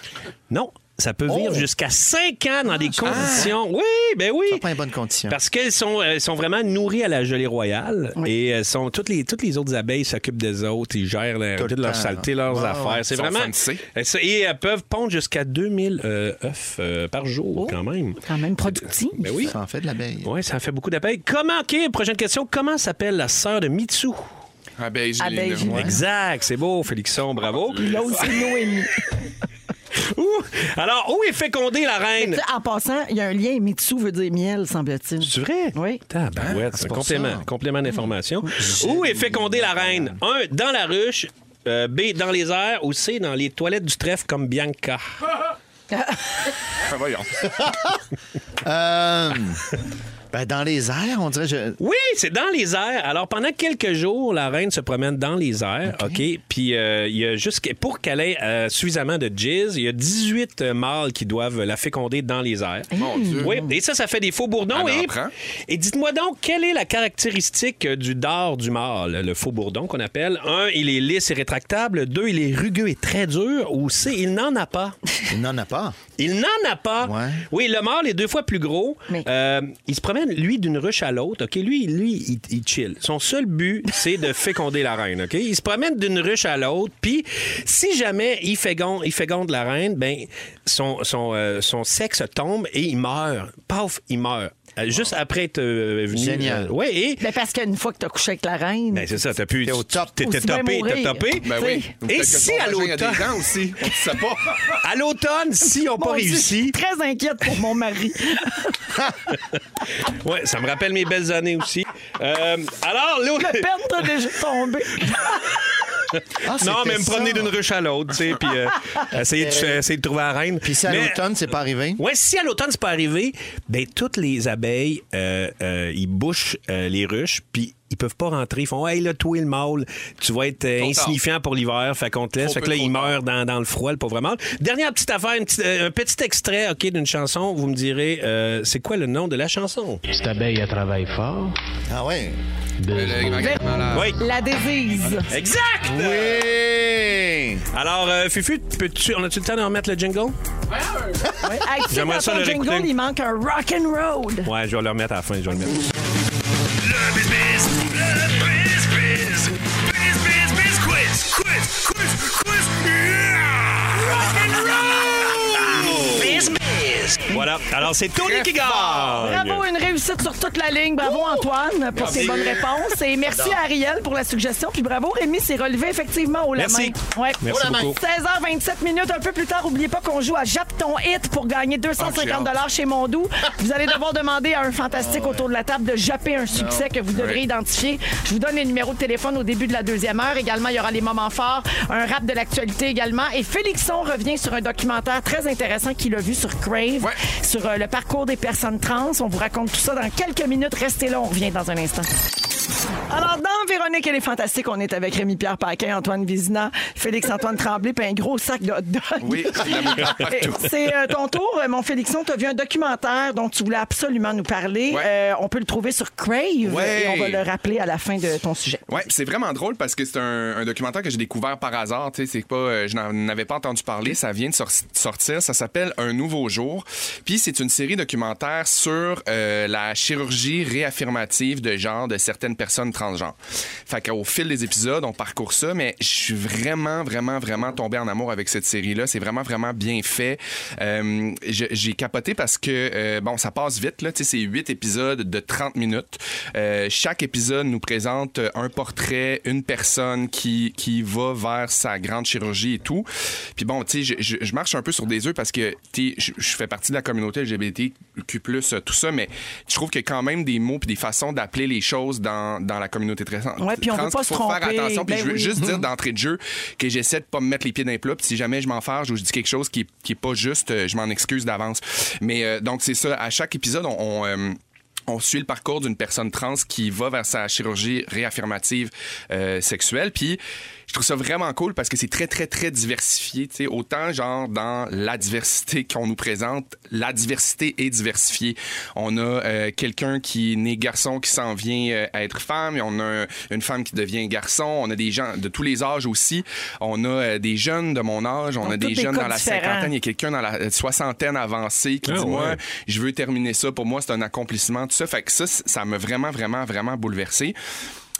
Non. Ça peut vivre
Oh.
jusqu'à 5 ans dans des
Ah.
conditions. Oui, ben oui.
Pas pas une bonne condition.
Parce qu'elles sont, euh, elles sont vraiment nourries à la gelée royale et elles sont toutes les toutes les autres abeilles s'occupent des autres, ils gèrent leur,
Tout le
toute leur
temps.
saleté, leurs
Ouais,
affaires.
ouais.
C'est
Ils sont
vraiment
fancy.
Elles se- et elles peuvent pondre jusqu'à 2000 euh, œufs euh, par jour
Oh.
quand même.
Quand même productive.
Ben oui.
Ça en fait de l'abeille.
Oui, ça fait beaucoup d'abeilles. Comment, OK, prochaine question. Comment s'appelle la sœur de Mitsu?
Ah, ben,
Ah, ben,
j'ai
Gilles. Ouais.
Exact, c'est beau, Félixon, bravo.
Puis l'autre, c'est Noémie.
Ouh! Alors, où est fécondée la reine?
Tu sais, en passant, il y a un lien. Mitsu veut dire miel, semble-t-il.
C'est vrai?
Oui.
Tabarouette, c'est un
Ah, pour
complément,
ça.
complément d'information. Où est fécondée la reine? Un, dans la ruche. euh, B, dans les airs. Ou C, dans les toilettes du trèfle comme Bianca.
ben Voyons.
Euh, Ben, dans les airs, on dirait. Je...
Oui, c'est dans les airs. Alors, pendant quelques jours, la reine se promène dans les airs, OK? Puis, euh, il y a juste, pour qu'elle ait euh, suffisamment de jizz, il y a 18 mâles qui doivent la féconder dans les airs.
Mon Dieu.
Oui, et ça, ça fait des faux bourdons.
Elle en
Et,
prend.
et dites-moi donc, quelle est la caractéristique euh, du dard du mâle, le faux bourdon qu'on appelle? Un, il est lisse et rétractable. Deux, il est rugueux et très dur. Ou C, il n'en a pas.
Il n'en a pas.
Il n'en a pas.
Ouais.
Oui, le mâle est deux fois plus gros.
Mais-
Euh, il se promène, lui, d'une ruche à l'autre. OK? Lui, lui il, il chill. Son seul but, c'est de féconder la reine. OK? Il se promène d'une ruche à l'autre. Puis, si jamais il féconde, il féconde la reine, ben, son, son, euh, son sexe tombe et il meurt. Paf, il meurt. Euh, Juste
Ah.
après être euh, venu.
Génial.
oui, et.
Ben, parce qu'une fois que t'as couché avec la reine.
Ben, c'est ça, t'as pu.
T'es au top.
T'étais
Aussi bien
topé, t'es
mourir.
topé.
Ben
T'sais.
oui.
Et
Peut-être que
si
son
à
vagin a
l'automne-
des dents aussi, on ne sait pas.
À l'automne, s'ils n'ont pas
Mon Dieu,
réussi,
je suis très inquiète pour mon mari.
Ouais, ça me rappelle mes belles années aussi. Euh, alors, Léo...
Le père de déjà tombé.
Ah,
Non,
c'était
mais me
ça.
promener d'une ruche à l'autre, tu sais, puis euh, essayer, de, essayer de trouver la reine.
Puis si à
Mais-
l'automne, c'est pas arrivé.
Ouais, si à l'automne, c'est pas arrivé, ben toutes les abeilles, euh, euh, ils bouchent euh, les ruches, puis ils peuvent pas rentrer. Ils font « Hey, là, toi, le mâle, tu vas être euh,
Trop tard.
insignifiant pour l'hiver, fait qu'on te laisse. »
Trop
Fait que
peu,
là,
trop
ils
tard.
meurent dans, dans le froid, le pauvre mâle. Dernière petite affaire, une petite- euh, un petit extrait, OK, d'une chanson. Vous me direz, euh, c'est quoi le nom de la chanson?
Cette abeille, elle travaille fort.
Ah ouais.
Euh,
Oui,
La désise.
exact!
Oui!
Alors, euh, Fufu, peux-tu, on a-tu le temps de remettre le jingle?
Ouais. Hey, tu sais,
J'aimerais
dans
ça
ton
le
jingle,
réécouter.
il manque un rock and roll.
Ouais, je vais le remettre à la fin, je vais le mettre.
Le bis bis, le bis bis, bis bis bis quiz, quiz, quiz, quiz. Yeah! Rock and roll. Bis bis.
Voilà. Alors, c'est Tony qui gagne! Ah,
Bravo, une réussite sur toute la ligne. Bravo Antoine pour tes bonnes réponses. Et merci à Ariel pour la suggestion. Puis bravo Rémi, c'est relevé effectivement au la
Merci.
main. Ouais.
Merci
Au la main.
beaucoup.
16h27 minutes. Un peu plus tard, n'oubliez pas qu'on joue à Jappe ton hit pour gagner 250
Ah,
chez Mondou. Vous allez devoir demander à un fantastique autour de la table de japper un succès que vous devrez identifier. Je vous donne les numéros de téléphone au début de la deuxième heure. Également, il y aura les moments forts, un rap de l'actualité également. Et Félixon revient sur un documentaire très intéressant qu'il a vu sur Crave,
Ouais.
sur euh, le parcours des personnes trans. On vous raconte tout ça dans quelques minutes. Restez là, on revient dans un instant. Alors, dans Véronique et les Fantastiques, on est avec Rémi-Pierre Paquin, Antoine Vizina, Félix-Antoine Tremblay, puis un gros sac de hot dogs.
Oui,
Et C'est euh, ton tour, euh, mon Félixon. Tu as vu un documentaire dont tu voulais absolument nous parler.
Ouais.
Euh, on peut le trouver sur Crave euh,
Ouais.
et on va le rappeler à la fin de ton sujet.
Ouais, c'est vraiment drôle parce que c'est un, un documentaire que j'ai découvert par hasard. Tu sais, c'est pas, euh, je n'en avais pas entendu parler. Ça vient de sor- sortir. Ça s'appelle Un nouveau jour. Puis c'est une série documentaire sur euh, la chirurgie réaffirmative de genre de certaines personnes transgenres. Fait qu'au fil des épisodes, on parcourt ça, mais je suis vraiment, vraiment, vraiment tombé en amour avec cette série-là. C'est vraiment, vraiment bien fait. Euh, je- j'ai capoté parce que, euh, bon, ça passe vite, là. Tu sais, c'est huit épisodes de 30 minutes. Euh, chaque épisode nous présente euh, un portrait, une personne qui, qui va vers sa grande chirurgie et tout. Puis bon, tu sais, je, je- je marche un peu sur des œufs parce que, tu sais, je, je fais partie de la communauté LGBTQ, euh, tout ça, mais je trouve qu'il y a quand même des mots puis des façons d'appeler les choses dans, dans la communauté très
Ouais, puis on
trans
veut pas
qu'il
se
faut
tromper.
faire attention. Puis
Ben
je veux
oui.
juste dire d'entrée de jeu que j'essaie de pas me mettre les pieds dans les plats. Puis si jamais je m'en fâche ou je dis quelque chose qui, qui est pas juste, euh, je m'en excuse d'avance. Mais euh, donc, c'est ça. À chaque épisode, on. on, euh, on suit le parcours d'une personne trans qui va vers sa chirurgie réaffirmative euh, sexuelle. Puis, je trouve ça vraiment cool parce que c'est très, très, très diversifié. tu sais. Autant, genre, dans la diversité qu'on nous présente, la diversité est diversifiée. On a euh, quelqu'un qui est né garçon qui s'en vient euh, à être femme. Et on a une femme qui devient garçon. On a des gens de tous les âges aussi. On a euh, des jeunes de mon âge. On
Donc,
a des
tous des
jeunes
cas
dans la
différents.
cinquantaine. Il y a quelqu'un dans la euh, soixantaine avancée qui
Ah
dit, moi,
ouais.
je veux terminer ça. Pour moi, c'est un accomplissement, tout ça. Fait que ça, c- ça m'a vraiment, vraiment, vraiment bouleversé.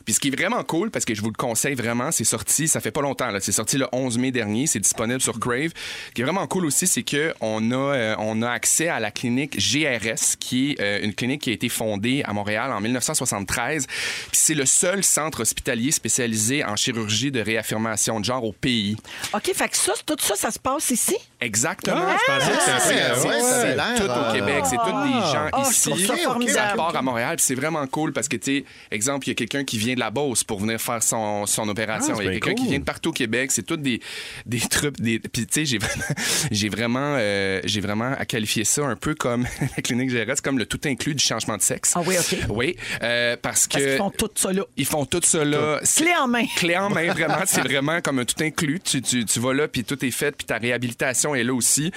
Puis ce qui est vraiment cool, parce que je vous le conseille vraiment, c'est sorti, ça fait pas longtemps, là. c'est sorti le 11 mai dernier, c'est disponible sur Crave. Ce qui est vraiment cool aussi, c'est que on a, euh, on a accès à la clinique GRS, qui est euh, une clinique qui a été fondée à Montréal en 1973. Puis c'est le seul centre hospitalier spécialisé en chirurgie de réaffirmation de genre au pays.
OK, fait que ça, tout ça, ça se passe ici?
Exactement.
Ah, je pensais que c'était un
c'est-
peu-
c'est-
Ouais.
c'est- c'est l'air,
tout
euh,
au Québec. C'est tous des gens
Ah, je
ici.
trouve ça
qui
formidable.
part à Montréal. Puis C'est vraiment cool parce que, tu sais, exemple, il y a quelqu'un qui vient vient de la Beauce pour venir faire son, son opération.
Ah, c'est
Il y a
bien
quelqu'un qui
cool.
vient de partout au Québec. C'est toutes des, des trucs. Des... Puis, tu sais, j'ai vraiment, j'ai vraiment, euh, j'ai vraiment à qualifier ça un peu comme la clinique GRS, comme le tout inclus du changement de sexe.
Ah oui, OK.
Oui, euh, parce que.
Parce qu'ils font tout ça là.
Ils font tout ça là. C'est-
Clé en main.
Clé en main, vraiment. C'est vraiment comme un tout inclus. Tu, tu, tu vas là, puis tout est fait, puis ta réhabilitation est là aussi.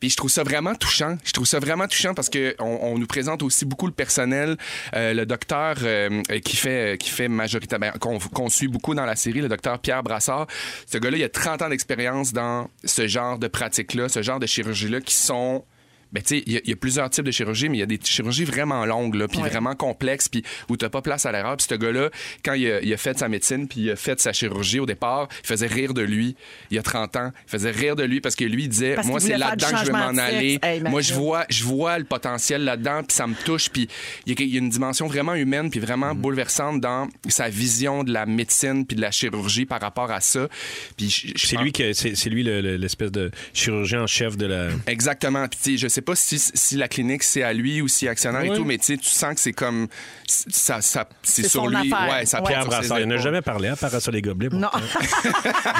Puis je trouve ça vraiment touchant. Je trouve ça vraiment touchant parce que on, on nous présente aussi beaucoup le personnel, Euh, le docteur euh, euh, qui fait qui fait majoritairement ben, qu'on qu'on suit beaucoup dans la série, le docteur Pierre Brassard. Ce gars-là, il a 30 ans d'expérience dans ce genre de pratique-là, ce genre de chirurgie-là qui sont ben, tu sais, il y, a- il y a plusieurs types de chirurgie, mais il y a des chirurgies vraiment longues, là, puis vraiment complexes, puis où t'as pas place à l'erreur. Puis ce gars-là, quand il a, il a fait sa médecine, puis il a fait sa chirurgie au départ, il faisait rire de lui. Il y a 30 ans, il faisait rire de lui parce que lui il disait,
Parce
moi
qu'il
c'est
voulait faire du
là-dedans que je vais
changement de
m'en
sexe.
aller.
Hey, ben,
moi je
imagine.
vois, je vois le potentiel là-dedans, puis ça me touche, puis il y, a- il y a une dimension vraiment humaine, puis vraiment
Mhm.
bouleversante dans sa vision de la médecine puis de la chirurgie par rapport à ça. Puis je- je
C'est
pense-
lui, que- c'est c'est lui le- le- l'espèce de chirurgien en chef de la.
Exactement. Puis tu sais, je sais pas si, si la clinique c'est à lui ou si actionnaire et
Ouais.
tout, mais tu sais, tu sens que c'est comme ça, ça c'est
C'est
sur
son
lui.
affaire.
Ouais, ça
Ouais.
porte
Pierre
sur ses
Brassard, il n'a
épaules.
jamais parlé, à part à ça, les gobelets.
Non.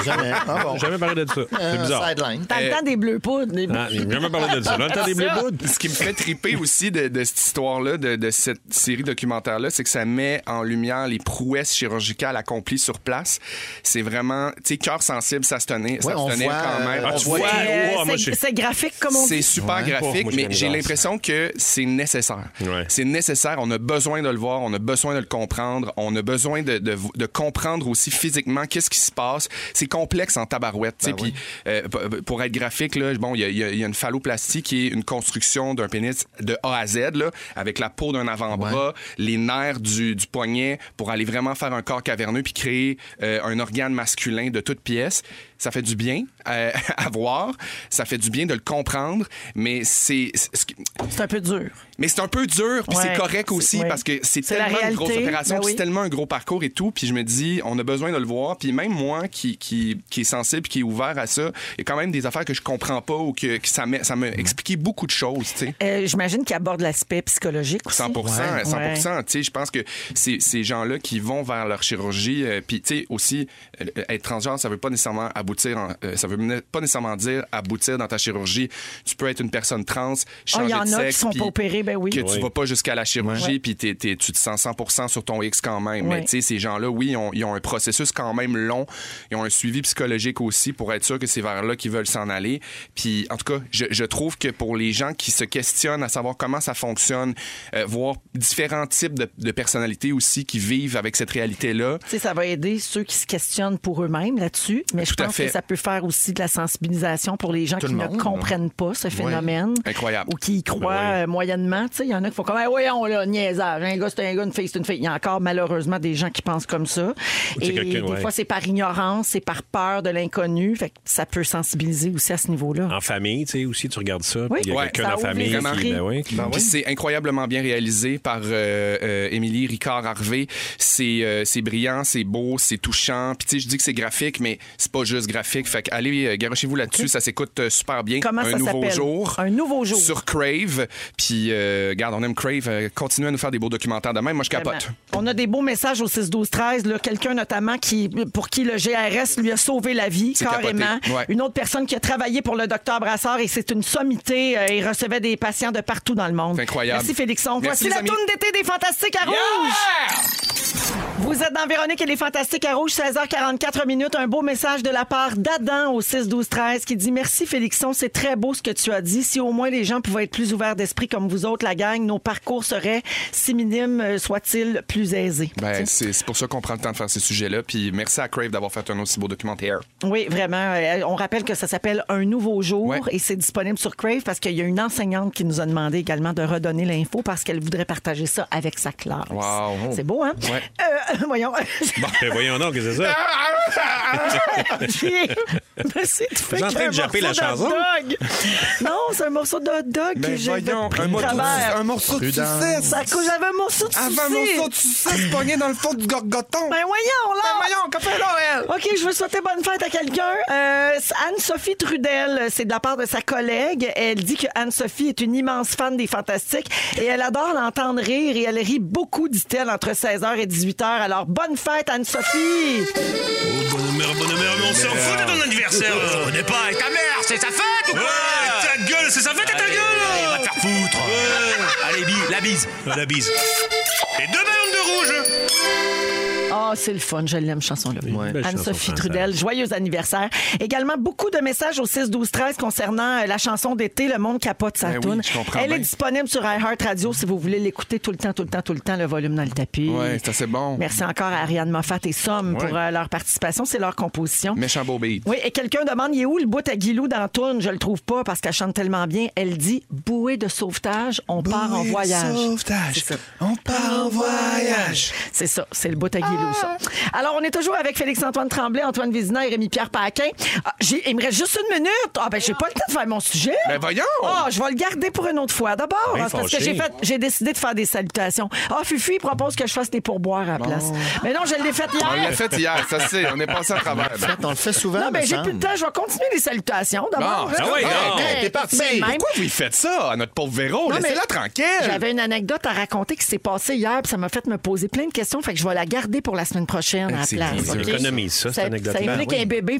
Jamais. Ah bon.
Jamais parlé de ça. C'est
Euh,
bizarre.
sideline.
T'as le temps des bleus poudres. des-
Ah, il n'a jamais parlé de ça. Dans le temps des Blue Bloods.
Ce qui me fait triper aussi de, de cette histoire-là, de, de cette série documentaire-là, c'est que ça met en lumière les prouesses chirurgicales accomplies sur place. C'est vraiment, tu sais, cœur sensible, ça se tenait, ça
Ouais,
se
on
tenait
voit,
quand même.
euh,
Ah,
on
tu
voit-
vois?
Euh,
Ouais, moi, je
c'est-
suis-
c'est graphique comme on
C'est
dit.
super
Ouais.
graphique,
Moi, je
mais
connais
j'ai
grâce.
l'impression que c'est nécessaire.
Ouais.
C'est nécessaire. On a besoin de le voir, on a besoin de le comprendre, on a besoin de, de- de comprendre aussi physiquement qu'est-ce qui se passe. C'est complexe en tabarouette. tu sais. Puis, euh, p- pour être graphique, là, bon, il y, a- il y a- il y a une phalloplastie qui est une construction d'un pénis de A à Z, là, avec la peau d'un avant-bras, les nerfs du, du poignet, pour aller vraiment faire un corps caverneux puis créer euh, un organe masculin de toute pièce. Ça fait du bien euh, à voir, ça fait du bien de le comprendre, mais c'est c'est- ce qui-
C'est un peu dur.
mais c'est un peu dur, puis
Ouais,
c'est correct
c'est-
aussi
ouais.
parce que c'est
C'est la
tellement une grosse
réalité,
opération,
ben
puis
oui.
c'est tellement un gros parcours et tout, puis je me dis on a besoin de le voir, puis même moi qui qui, qui est sensible, qui est ouvert à ça, il y a quand même des affaires que je comprends pas ou que, que ça m'a ça m'a expliqué beaucoup de choses, tu sais.
Euh, J'imagine qu'il aborde l'aspect psychologique aussi.
100
Ouais.
100 Tu sais, je pense que c'est- ces gens-là qui vont vers leur chirurgie, euh, puis tu sais, aussi, euh, être transgenre, ça veut pas nécessairement aboutir, en- euh, ça veut ne- pas nécessairement dire aboutir dans ta chirurgie. Tu peux être une personne trans,
Ah, il
changer
y en
de
a qui
sexe,
sont
puis
pas opérés, ben oui.
que
Oui.
tu vas pas jusqu'à la chirurgie, puis t'es- t'es- tu te sens 100 sur ton X quand même. Mais
Oui.
tu sais, ces gens-là, oui, ils ont, ils ont un processus quand même long, ils ont un suivi psychologique aussi pour être sûr que c'est vers là qu'ils veulent s'en aller. Puis, en tout cas, je, je trouve que pour les gens qui se questionnent à savoir comment ça fonctionne, euh, voir différents types de, de personnalités aussi qui vivent avec cette réalité-là,
Tu sais, ça va aider ceux qui se questionnent pour eux-mêmes là-dessus, mais je
Tout à
pense
fait.
que ça peut faire aussi de la sensibilisation pour les gens
Tout
qui
le
ne
monde,
comprennent pas ce phénomène.
Incroyable.
Ou qui y croient euh, moyennement. Tu sais, il y en a qui font comme, hey, voyons, là, niaisage. Un gars, c'est un gars, une fille, c'est une fille. Il y a encore malheureusement des gens qui pensent comme ça.
c'est
Et des
quelqu'un, ouais.
fois, c'est par ignorance, c'est par peur de l'inconnu. Fait que ça peut sensibiliser aussi à ce niveau-là.
En famille, tu sais, aussi, tu regardes ça. puis Il y a
Ouais.
Ça
quelqu'un dans la
ouvre
famille.
les
Vraiment.
qui- ben oui.
Puis c'est incroyablement bien réalisé par euh, euh, Émilie Ricard Harvey. C'est euh, c'est brillant, c'est beau, c'est touchant. Puis tu sais, je dis que c'est graphique, mais c'est pas juste graphique. Fait que allez, euh, garochez-vous là-dessus, ça s'écoute euh, super bien.
Comment
un
ça
nouveau
s'appelle?
jour.
Un nouveau jour.
Sur Crave. Puis euh, regarde, on aime Crave. Euh, continuez à nous faire des beaux documentaires de même. Moi, je capote.
Vraiment. On a des beaux messages au 6-12-13. là. Quelqu'un notamment qui, pour qui le GRS lui a sauvé la vie,
C'est
carrément.
capoté, ouais.
Une autre personne qui a travaillé pour le docteur Brassard et c'est une sommité. euh, il recevait des patients de partout dans le monde.
C'est incroyable.
Merci Félixon.
Merci,
Voici
les
la
amis.
tourne d'été des Fantastiques à Rouge. Vous êtes dans Véronique et les Fantastiques à Rouge, 16h44 minutes. Un beau message de la part d'Adam au 6-12-13 qui dit Merci Félixon, c'est très beau ce que tu as dit. Si au moins les gens pouvaient être plus ouverts d'esprit comme vous autres, la gang, nos parcours seraient, si minimes euh, soient-ils, plus aisés.
Ben, c'est c'est pour ça qu'on prend le temps de faire ces sujets-là. Puis merci à Crave d'avoir fait un aussi beau documentaire.
Oui, vraiment. Euh, On rappelle que ça s'appelle Un nouveau jour
Ouais.
et c'est disponible sur Crave parce qu'il y a une enseignante qui nous a demandé également de redonner l'info parce qu'elle voudrait partager ça avec sa classe.
Wow.
C'est beau, hein?
Ouais.
Euh, voyons. Ah!
Ben voyons donc, que c'est ça.
chier. Mais c'est tu fais
Vous êtes en train
qu'un
de japper
morceau
la chanson?
d'hot dog. Non, c'est un morceau de hot dog
Ben
que j'ai
voyons,
pris
un
de
morceau de-
travers.
un morceau de
Prudence.
sucette.
Ça cause- J'avais un morceau de
Avant mon
sucette.
saut, tu sais, pogné dans le fond du gorgoton.
Ben voyons, là!
Ben voyons, copain Noël!
OK, je veux souhaiter bonne fête à quelqu'un. Euh, c'est Anne-Sophie Trudel, c'est de la part de sa collègue. Elle dit que Anne-Sophie est une immense fan des Fantastiques et elle adore l'entendre rire et elle rit beaucoup, dit-elle, entre 16h et 18h. Alors, bonne fête, Anne-Sophie!
Oh,
Bonne mère, bonne mère, mais on s'en fout de ton anniversaire. là. On n'est pas avec ta mère, c'est sa fête ou quoi Ta gueule, c'est sa fête à ta gueule Va te faire foutre Allez, bi- la bise Euh, La bise Et deux ballons de rouge
Ah, c'est le fun, je l'aime, chanson-là.
belle
Anne-Sophie
chanson française.
Trudel, joyeux anniversaire. Également, beaucoup de messages au 6, 12, 13 concernant euh, la chanson d'été, Le Monde capote sa
Ben oui,
toune.
je comprends
Elle
bien.
est disponible sur iHeart Radio si vous voulez l'écouter tout le temps, tout le temps, tout le temps, le volume dans le tapis.
Ouais, c'est assez bon.
Merci encore à Ariane Moffat et Somme pour euh, leur participation. C'est leur composition.
Méchant beau beat.
Oui, et quelqu'un demande, il est où le bout à Guilou dans Toune? Je le trouve pas parce qu'elle chante tellement bien. Elle dit, bouée de sauvetage, on part en voyage.
Sauvetage. On part en voyage.
C'est ça, c'est le bout à Guilou, ça. Alors, on est toujours avec Félix-Antoine Tremblay, Antoine Vézina et Rémi-Pierre Paquin. Ah, j'ai- il me reste juste une minute. Ah, ben, j'ai pas le temps de faire mon sujet.
Ben voyons! Ben,
Ah, je vais le garder pour une autre fois. D'abord,
Bien
hein, c'est parce que
fâché.
j'ai fait, j'ai décidé de faire des salutations. Ah, Fufu, il propose que je fasse des pourboires à la place. Mais non, je l'ai fait hier.
On l'a fait hier, ça c'est, on est passé à travers.
En fait, on le fait souvent.
Non, ben,
me
j'ai
semble.
plus de temps. Je vais continuer les salutations d'abord.
Bon,
hein.
ah oui, non.
Ben,
T'es parti.
ben, même.
Pourquoi vous lui faites ça à notre pauvre Véro?
Non, mais
Laissez-la tranquille.
J'avais une anecdote à raconter qui s'est passée hier, puis ça m'a fait me poser plein de questions, fait que je vais la garder pour la semaine prochaine
Eh,
à la
c'est
place.
bien,
ok?
on économise ça, cette
ça
anecdote-là.
implique
Ben oui.
un bébé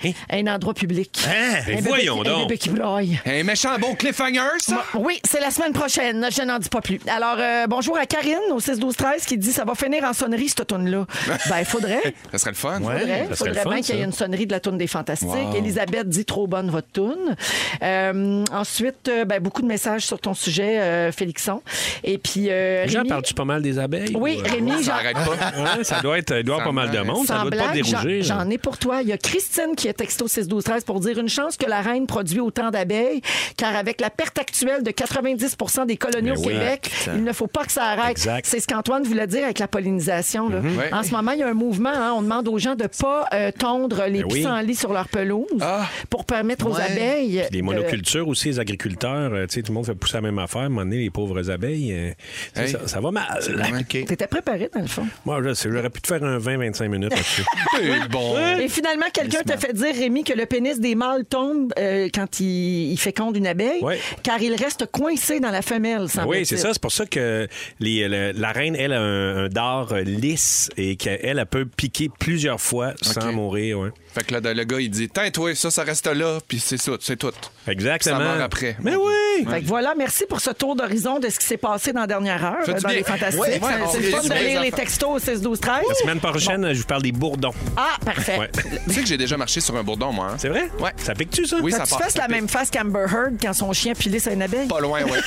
puis un, un endroit public.
Hein?
Un
Mais
bébé
voyons
qui- Un
donc.
bébé qui braille.
Un méchant bon cliffhanger, ça?
Oui, c'est la semaine prochaine. Je n'en dis pas plus. Alors, euh, bonjour à Karine au 6-12-13 qui dit ça va finir en sonnerie, cette toune-là. Ben, il faudrait.
Ça serait le fun.
faudrait,
ça serait
faudrait
le fun,
bien qu'il y ait
ça.
une sonnerie de la toune des Fantastiques. Elisabeth dit trop bonne votre toune. Euh, ensuite, euh, ben, beaucoup de messages sur ton sujet, euh, Félixon. Et puis, euh,
Jean,
Rémi-
parles-tu pas mal des abeilles?
Oui,
ou, euh,
Rémi,
Ça
j'en-
arrête pas.
ouais, ça doit être, il doit y avoir pas mal de monde. Ça
sans
doit pas
blague, j'en-
dérouger.
j'en ai pour toi. Il y a Christine qui est texto 6 12 13 pour dire une chance que la reine produit autant d'abeilles, car avec la perte actuelle de 90 des colonies
Mais
au
oui.
Québec, il ne faut pas que ça arrête.
Exact. Mm-hmm.
C'est ce qu'Antoine voulait dire avec la pollinisation. là.
Ouais.
En ce moment, il y a un mouvement. hein, on demande aux gens de pas euh, tondre les
Mais Ben oui.
pissenlits sur leur pelouse
Ah.
pour permettre aux
Ouais.
abeilles. euh,
Puis Les
de-
monocultures aussi, les agriculteurs, euh, tu sais, tout le monde fait pousser la même affaire. À un moment donné, les pauvres abeilles, euh, tu sais,
Hey.
ça, ça va mal.
Ok.
T'étais préparé, dans le fond.
Moi, je sais, j'aurais pu te faire un 20-25 minutes là-dessus.
C'est bon.
Et finalement, quelqu'un t'a fait dire, Rémi, que le pénis des mâles tombe euh, quand il, il féconde une abeille,
Ouais.
car il reste coincé dans la femelle. semble-t-il.
Oui, c'est ça. C'est pour ça que les- euh, le- la reine, elle, a un, un dard euh, lisse et qu'elle, elle peut piquer plusieurs fois sans
Ok.
mourir. ouais.
Fait que là, le gars, il dit Tiens, toi, ça, ça reste là, puis c'est ça, c'est tout.
Exactement.
Ça meurt après.
Mais oui!
Fait que voilà, merci pour ce tour d'horizon de ce qui s'est passé dans la dernière heure
Fait
euh,
du
dans
bien.
les fantastiques.
Ouais, ouais, on
c'est
fait
le fun
du
de
bien,
lire
les
les textos au 16 12 13.
La semaine prochaine, je vous parle des bourdons.
Ah, parfait.
Ouais.
Tu sais que j'ai déjà marché sur un bourdon, moi. hein?
C'est vrai?
Ouais.
Ça pique-tu, ça?
Oui,
Faut
ça
que tu
part.
fasses la même face qu'Amber Heard quand son chien pilé sur une abeille.
Pas loin, ouais.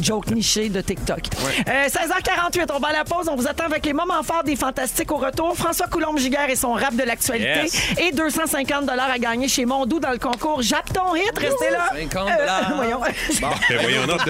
Joke niché de TikTok. Euh, 16h48, on va à la pause. On vous attend avec les moments forts des Fantastiques au retour. François Coulombe-Giguère et son rap de l'actualité.
Yes.
Et 250 à gagner chez Mondou dans le concours Jappe ton hit. Restez là. Euh,
50
voyons.
Mais Ben, voyons donc.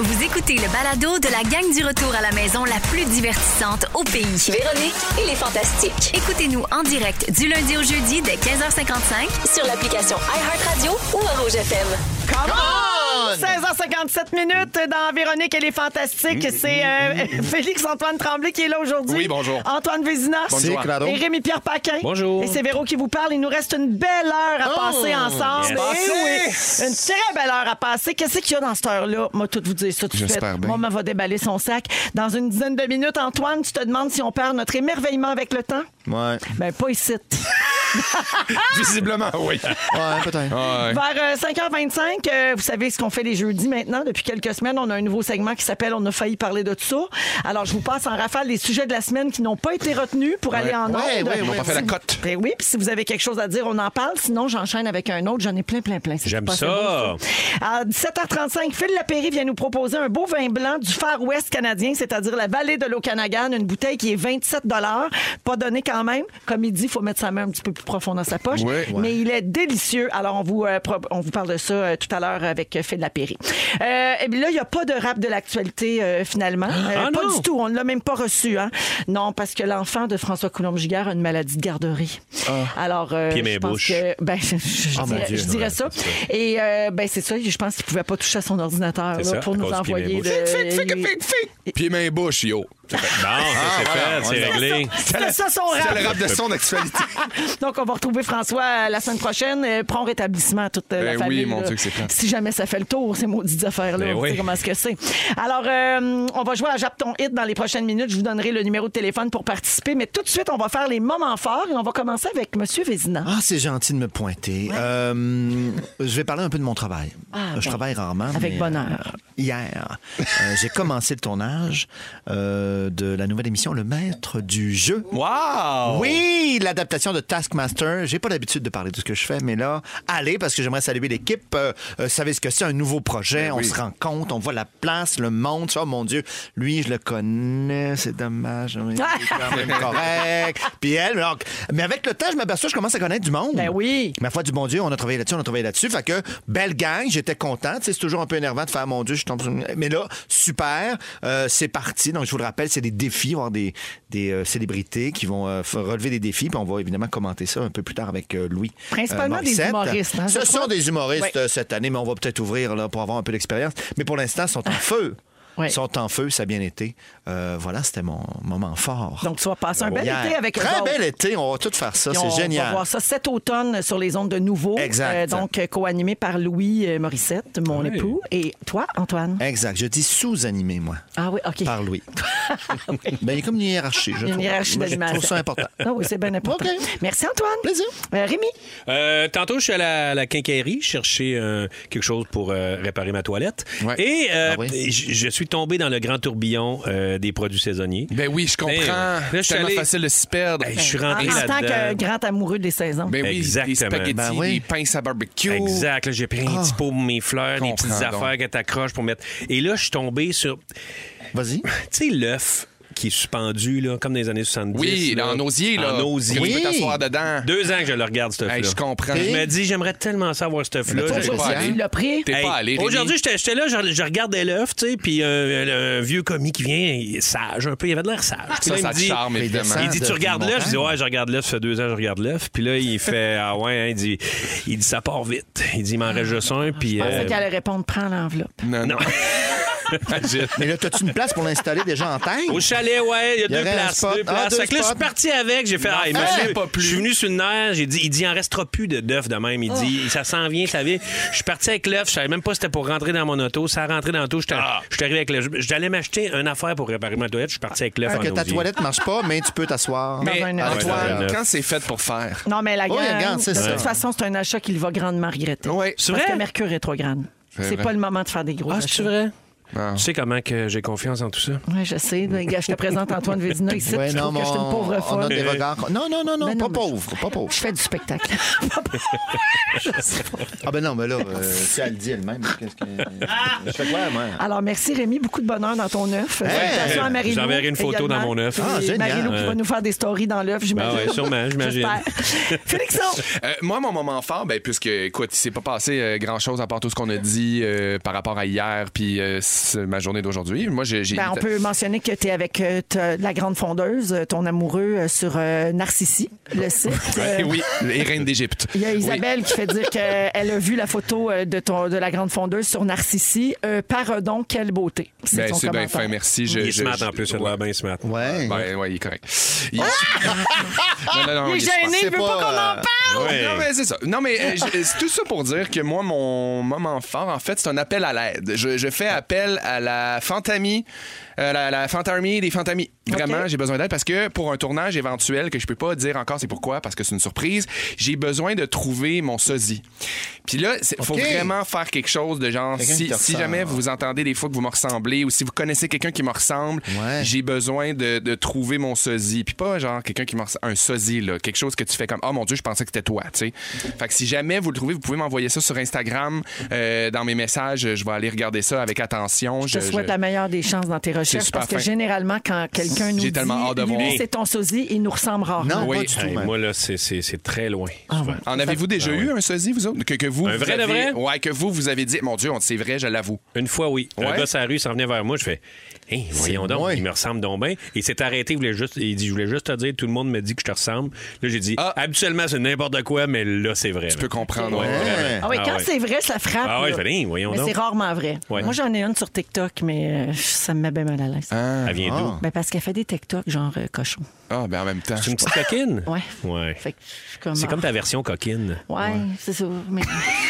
Vous écoutez le balado de la gang du retour à la maison la plus divertissante au pays.
Véronique et les Fantastiques.
Écoutez-nous en direct du lundi au jeudi dès 15h55
Sur l'application iHeartRadio ou à Rouge FM.
Come on! 16h57 minutes dans Véronique et les Fantastiques. C'est euh, Félix-Antoine Tremblay qui est là aujourd'hui.
Oui, bonjour.
Antoine Vézina.
C'est claro.
Et Rémi-Pierre Paquin.
Bonjour.
Et c'est Véro qui vous parle. Il nous reste une belle heure à passer ensemble. Eh
Yes.
oui, Une très belle heure à passer. Qu'est-ce qu'il y a dans cette heure-là? Moi, tout vous dire ça tout de suite.
J'espère bien.
Maman va déballer son sac. Dans une dizaine de minutes, Antoine, tu te demandes si on perd notre émerveillement avec le temps?
Ouais.
Ben, pas ici.
Visiblement, oui.
Ouais, peut-être.
Ah, ouais.
Vers euh, 5h25, euh, vous savez ce qu'on fait les jeudis maintenant. Depuis quelques semaines, on a un nouveau segment qui s'appelle On a failli parler de tout ça. Alors, je vous passe en rafale les sujets de la semaine qui n'ont pas été retenus pour aller en
Ouais,
ordre.
ouais,
Ils n'ont
ouais,
pas fait la cote.
Ben oui, puis si vous avez quelque chose à dire, on en parle. Sinon, j'enchaîne avec un autre. J'en ai plein, plein, plein. C'est
J'aime
pas
ça.
beau, À 17h35, Phil Lapéry vient nous proposer un beau vin blanc du Far West canadien, c'est-à-dire la vallée de l'Okanagan, une bouteille qui est 27 Pas donné quand même. Comme il dit, il faut mettre sa main un petit peu plus profond dans sa poche.
Ouais.
Mais il est délicieux. Alors, on vous, euh, pro- on vous parle de ça euh, tout à l'heure avec euh, Phil Lapéry. Euh, et puis là, il n'y a pas de rap de l'actualité, euh, finalement. Euh,
Ah,
pas
non!
du tout. On ne l'a même pas reçu. Hein? Non, parce que l'enfant de François Coulombe-Giguère a une maladie de garderie. Alors, euh,
Pieds, mains,
je pense
bouche.
que... Ben, je, je
Ah, mon
dirais,
Dieu.
je dirais
Ouais,
ça. Et euh, ben, c'est ça. Je pense qu'il ne pouvait pas toucher à son ordinateur
C'est
là,
ça,
pour
à
nous
cause du pieds, mains,
envoyer...
bouche.
de-
Pieds, mains, bouche, yo. C'est fait.
Bon,
Ah,
ça, c'est fait, c'est réglé.
C'était ça son rap.
C'était le rap de son actualité.
Donc, on va retrouver François euh, la semaine prochaine. Euh, Prompt rétablissement à toute euh, la
Ben oui,
famille.
mon
là.
Dieu, que c'est plate.
Si jamais ça fait le tour, ces maudites affaires-là,
Ben
on
oui.
sait comment est-ce que c'est. Alors, euh, on va jouer à Japton Hit dans les prochaines minutes. Je vous donnerai le numéro de téléphone pour participer. Mais tout de suite, on va faire les moments forts et on va commencer avec M. Vézina.
Ah, c'est gentil de me pointer. Euh, je vais parler un peu de mon travail.
Ah,
Euh, je
ben,
travaille rarement.
avec
mais,
bonheur.
euh, hier, euh, j'ai commencé le tournage euh, de la nouvelle émission Le Maître du Jeu.
Wow!
Oui, l'adaptation de Taskmaster. J'ai pas l'habitude de parler de ce que je fais, mais là, allez, parce que j'aimerais saluer l'équipe. Euh, euh, vous savez ce que c'est, un nouveau projet.
Ben
on
oui.
se rend compte, on voit la place, le monde. Oh mon Dieu, lui, je le connais, c'est dommage. mais il est quand même correct. Puis elle, mais donc- mais avec le temps, je m'aperçois, je commence à connaître du monde.
Ben oui.
Ma foi du bon Dieu, on a travaillé là-dessus, on a travaillé là-dessus. Fait que belle gang, j'étais content. Tu sais, C'est toujours un peu énervant de faire mon Dieu, je tombe sur une- Mais là, super, euh, c'est parti. Donc, je vous le rappelle, c'est des défis, voir des, des euh, célébrités qui vont euh, f- relever des défis. Puis on va évidemment commenter ça un peu plus tard avec euh, Louis.
Principalement des
Morissette.
humoristes, hein, je
Ce
crois.
sont des humoristes
Ouais.
euh, cette année, mais on va peut-être ouvrir là, pour avoir un peu d'expérience. Mais pour l'instant, ils sont en feu.
Ah. Ouais.
Ils sont en feu, ça a bien été. Euh, voilà, c'était mon moment fort.
Donc, tu vas passer un bel
Oh. Hier.
été avec eux
Très
autres.
bel été, on va tout faire ça,
Puis
c'est
on va
génial.
voir ça cet automne sur les ondes de nouveau.
Exact.
donc, euh, co-animé par Louis euh, Morissette, mon époux. Et toi, Antoine?
Exact. Je dis sous-animé, moi.
Ah oui, OK.
Eh, Par Louis. Ben, il y a comme une hiérarchie. Je
Il y a
trouve.
Ah une hiérarchie
Moi, je
d'animation.
trouve ça important.
Ah oui, c'est bien important. Merci Antoine. Plaisir. Rémi,
Euh, tantôt, je suis allé à la, la quincaillerie chercher euh, quelque chose pour euh, réparer ma toilette.
Ouais.
Et euh,
Ah
j- je, suis tombé dans le grand tourbillon euh, des produits saisonniers.
Ben oui, je
Ben,
comprends.
là, je suis
tellement
allé-
facile de s'y perdre.
Hey, je suis
Ben, en,
rentré
en tant que
là-dedans.
grand amoureux des saisons.
Ben oui,
Exactement.
des spaghettis,
Ben
oui.
des pinces à barbecue.
Exact. là, J'ai pris un petit pot pour mes fleurs, des
Ah. Comprends
petites
donc.
affaires que t'accroches pour mettre. Et là, je suis tombé sur, tu
Vas-y.
sais, l'œuf qui est suspendu, là, comme dans les années 70.
Oui,
là.
en osier, là.
En osier.
Tu peux t'asseoir dedans.
Deux ans que je le regarde, ce œuf-là.
Hey, je comprends.
Je me dis, j'aimerais tellement savoir ce œuf-là.
Mais
J'ai-
pas
Tu
allé.
l'as pris.
T'es
Hey,
pas allé. Rémi.
Aujourd'hui, j'étais j'étais là, je, je regardais l'œuf, tu sais, puis euh, le- un vieux commis qui vient, il est sage un peu, il avait de l'air sage. Puis
ça,
là, il
ça
me
te
dit-
charme,
les
évidemment.
dessins.
il dit,
de
tu regardes
Montagne.
l'œuf? Je dis, ouais, je regarde l'œuf, ça fait deux ans, que je regarde l'œuf. Puis là, il fait, ah ouais, hein, il, dit, il dit, ça part vite. Il dit, il m'en reste juste un, puis.
Je
euh,
pensais qu'elle allait répondre prends l'enveloppe.
Non, non. Imagine.
Mais là, as-tu une place pour l'installer déjà en tête?
Au chalet, ouais, il y a
Il y
deux
aurait un
places.
spot.
Deux
Ah,
places.
deux
Fait que là, je suis
spots.
parti avec. J'ai fait, ah, monsieur,
pas plus.
je suis venu sur le nerf. J'ai dit, il dit, il en restera plus de d'œufs de même. Il
Oh.
dit, ça s'en vient, ça vient. Je suis parti avec l'œuf. Je savais même pas si c'était pour rentrer dans mon auto. Ça a rentré dans l'auto. J'étais j'étais arrivé avec l'œuf. J'allais m'acheter une affaire pour réparer ma toilette. Je suis parti avec l'œuf.
Fait Ah, que
en
ta
osier.
toilette marche pas, mais tu peux t'asseoir. Ah,
Dans un œuf.
Ouais,
Antoine,
ouais.
quand c'est fait pour faire?
Non, mais la
Oui,
gang,
regarde,
de
c'est ça.
toute façon, c'est un achat qu'il va grandement regretter.
Oui.
C'est
Parce
vrai?
que Mercure rétrograde.
C'est
C'est
vrai.
pas le moment de faire des gros
Ah, c'est
achats.
vrai?
Ah.
Tu sais comment que j'ai confiance en tout ça?
Oui, je sais. Gars, Je te présente Antoine Vézina ici.
Ouais,
tu trouves
mais
que je suis une
on-
pauvre
on a
folle.
des regards. Non, non, non, non,
Ben
pas
non, mais-
pauvre, pas pauvre.
Je fais du spectacle.
Ah ben non, mais là, euh, si elle le dit elle-même, qu'est-ce que... Je fais quoi, moi?
Alors, merci Rémi. Beaucoup de bonheur dans ton œuf. Salutations à Marie-Lou.
Vous enverrez une photo
également.
dans mon œuf.
Ah,
Et
génial.
Marie-Lou qui va
Ouais.
nous faire des stories dans l'œuf, j'imagine.
Ben ouais, sûrement, j'imagine.
J'espère. Félixon.
Euh, moi, mon moment fort, ben, puisque, écoute, il s'est pas passé euh, grand-chose à part tout ce qu'on a dit euh, par rapport à hier, puis euh, c'est ma journée d'aujourd'hui. Moi, j'ai... j'ai-
Ben, on peut mentionner que tu es avec euh, ta- la grande fondeuse, euh, ton amoureux, euh, sur euh, Narcissi, le site. Euh,
Eh oui, les reines d'Égypte.
Il y a
Oui.
Isabelle qui fait dire qu'elle a vu la photo euh, de, ton, de la grande fondeuse sur Narcissi. Euh, pardon, quelle beauté. C'est
Ben,
son
c'est bien
commentaire.
fin, merci. Je,
Il est
je-
smart
je-
en plus, il a de l'air bien smart.
Ouais.
Ben, ouais, il est correct. Il, Non, non, non,
Ah! Il
il
est
est smart.
gêné, il
Ah, C'est
veut pas,
pas,
qu'on en
euh,
parle.
Ouais.
Non, mais c'est ça. Non, mais euh, je- c'est tout ça pour dire que moi, mon moment fort, en fait, c'est un appel à l'aide. Je, je fais appel à la fantamie, euh, la, la fantarmie des fantamies. Vraiment, j'ai besoin d'aide parce que pour un tournage éventuel que je peux pas dire encore c'est pourquoi, parce que c'est une surprise, j'ai besoin de trouver mon sosie. Puis là, il faut
OK.
vraiment faire quelque chose de genre,
Quelqu'un qui
si,
te
si
ressemble.
jamais vous vous entendez des fois que vous me ressemblez ou si vous connaissez quelqu'un qui me ressemble,
Ouais.
j'ai besoin de, de trouver mon sosie. Puis pas genre quelqu'un qui me ressemble, un sosie, là, quelque chose que tu fais comme Oh mon Dieu, je pensais que c'était toi. tu sais. Fait que si jamais vous le trouvez, vous pouvez m'envoyer ça sur Instagram, euh, dans mes messages. Je vais aller regarder ça avec attention.
Je te souhaite la meilleure des chances dans tes recherches
super
parce que
fin.
généralement, quand quelqu'un quelqu'un nous
J'ai tellement
dit,
hâte de
lui,
voir.
c'est ton sosie, il nous ressemble rarement.
Oui.
Hey, moi, là, c'est- c'est c'est très loin.
Ah,
souvent.
En avez-vous déjà
Ben
eu un sosie, vous autres? Que, que vous,
Un
vous
vrai de
avez-
vrai?
Ouais, que vous, vous avez dit, mon Dieu, on- c'est vrai, je l'avoue.
Une fois, oui. Un
Ouais.
gars sur la rue s'en venait vers moi, je fais Hey, voyons donc, il me ressemble donc bien. Il s'est arrêté, il voulait juste. Il dit Je voulais juste te dire, tout le monde me dit que je te ressemble. Là, j'ai dit Habituellement, c'est n'importe quoi, mais là, c'est vrai. Ah. Tu peux
comprendre,
ouais. vraiment.
Hein?
Ah oui, quand
ouais.
c'est vrai, ça frappe.
Ah ouais,
là.
je fais, Hey, voyons
Mais
donc.
c'est rarement vrai.
Ouais.
Moi, j'en ai une sur TikTok, mais euh, ça me met bien mal à l'aise.
Elle vient d'où?
Ben, parce qu'elle fait des TikTok genre euh, cochon.
Ah, ben en même temps.
C'est une petite coquine?
Ouais.
Ouais.
Fait que je suis comme. ah,
C'est comme ta version coquine.
Ouais, c'est ça. Mais...
Ben,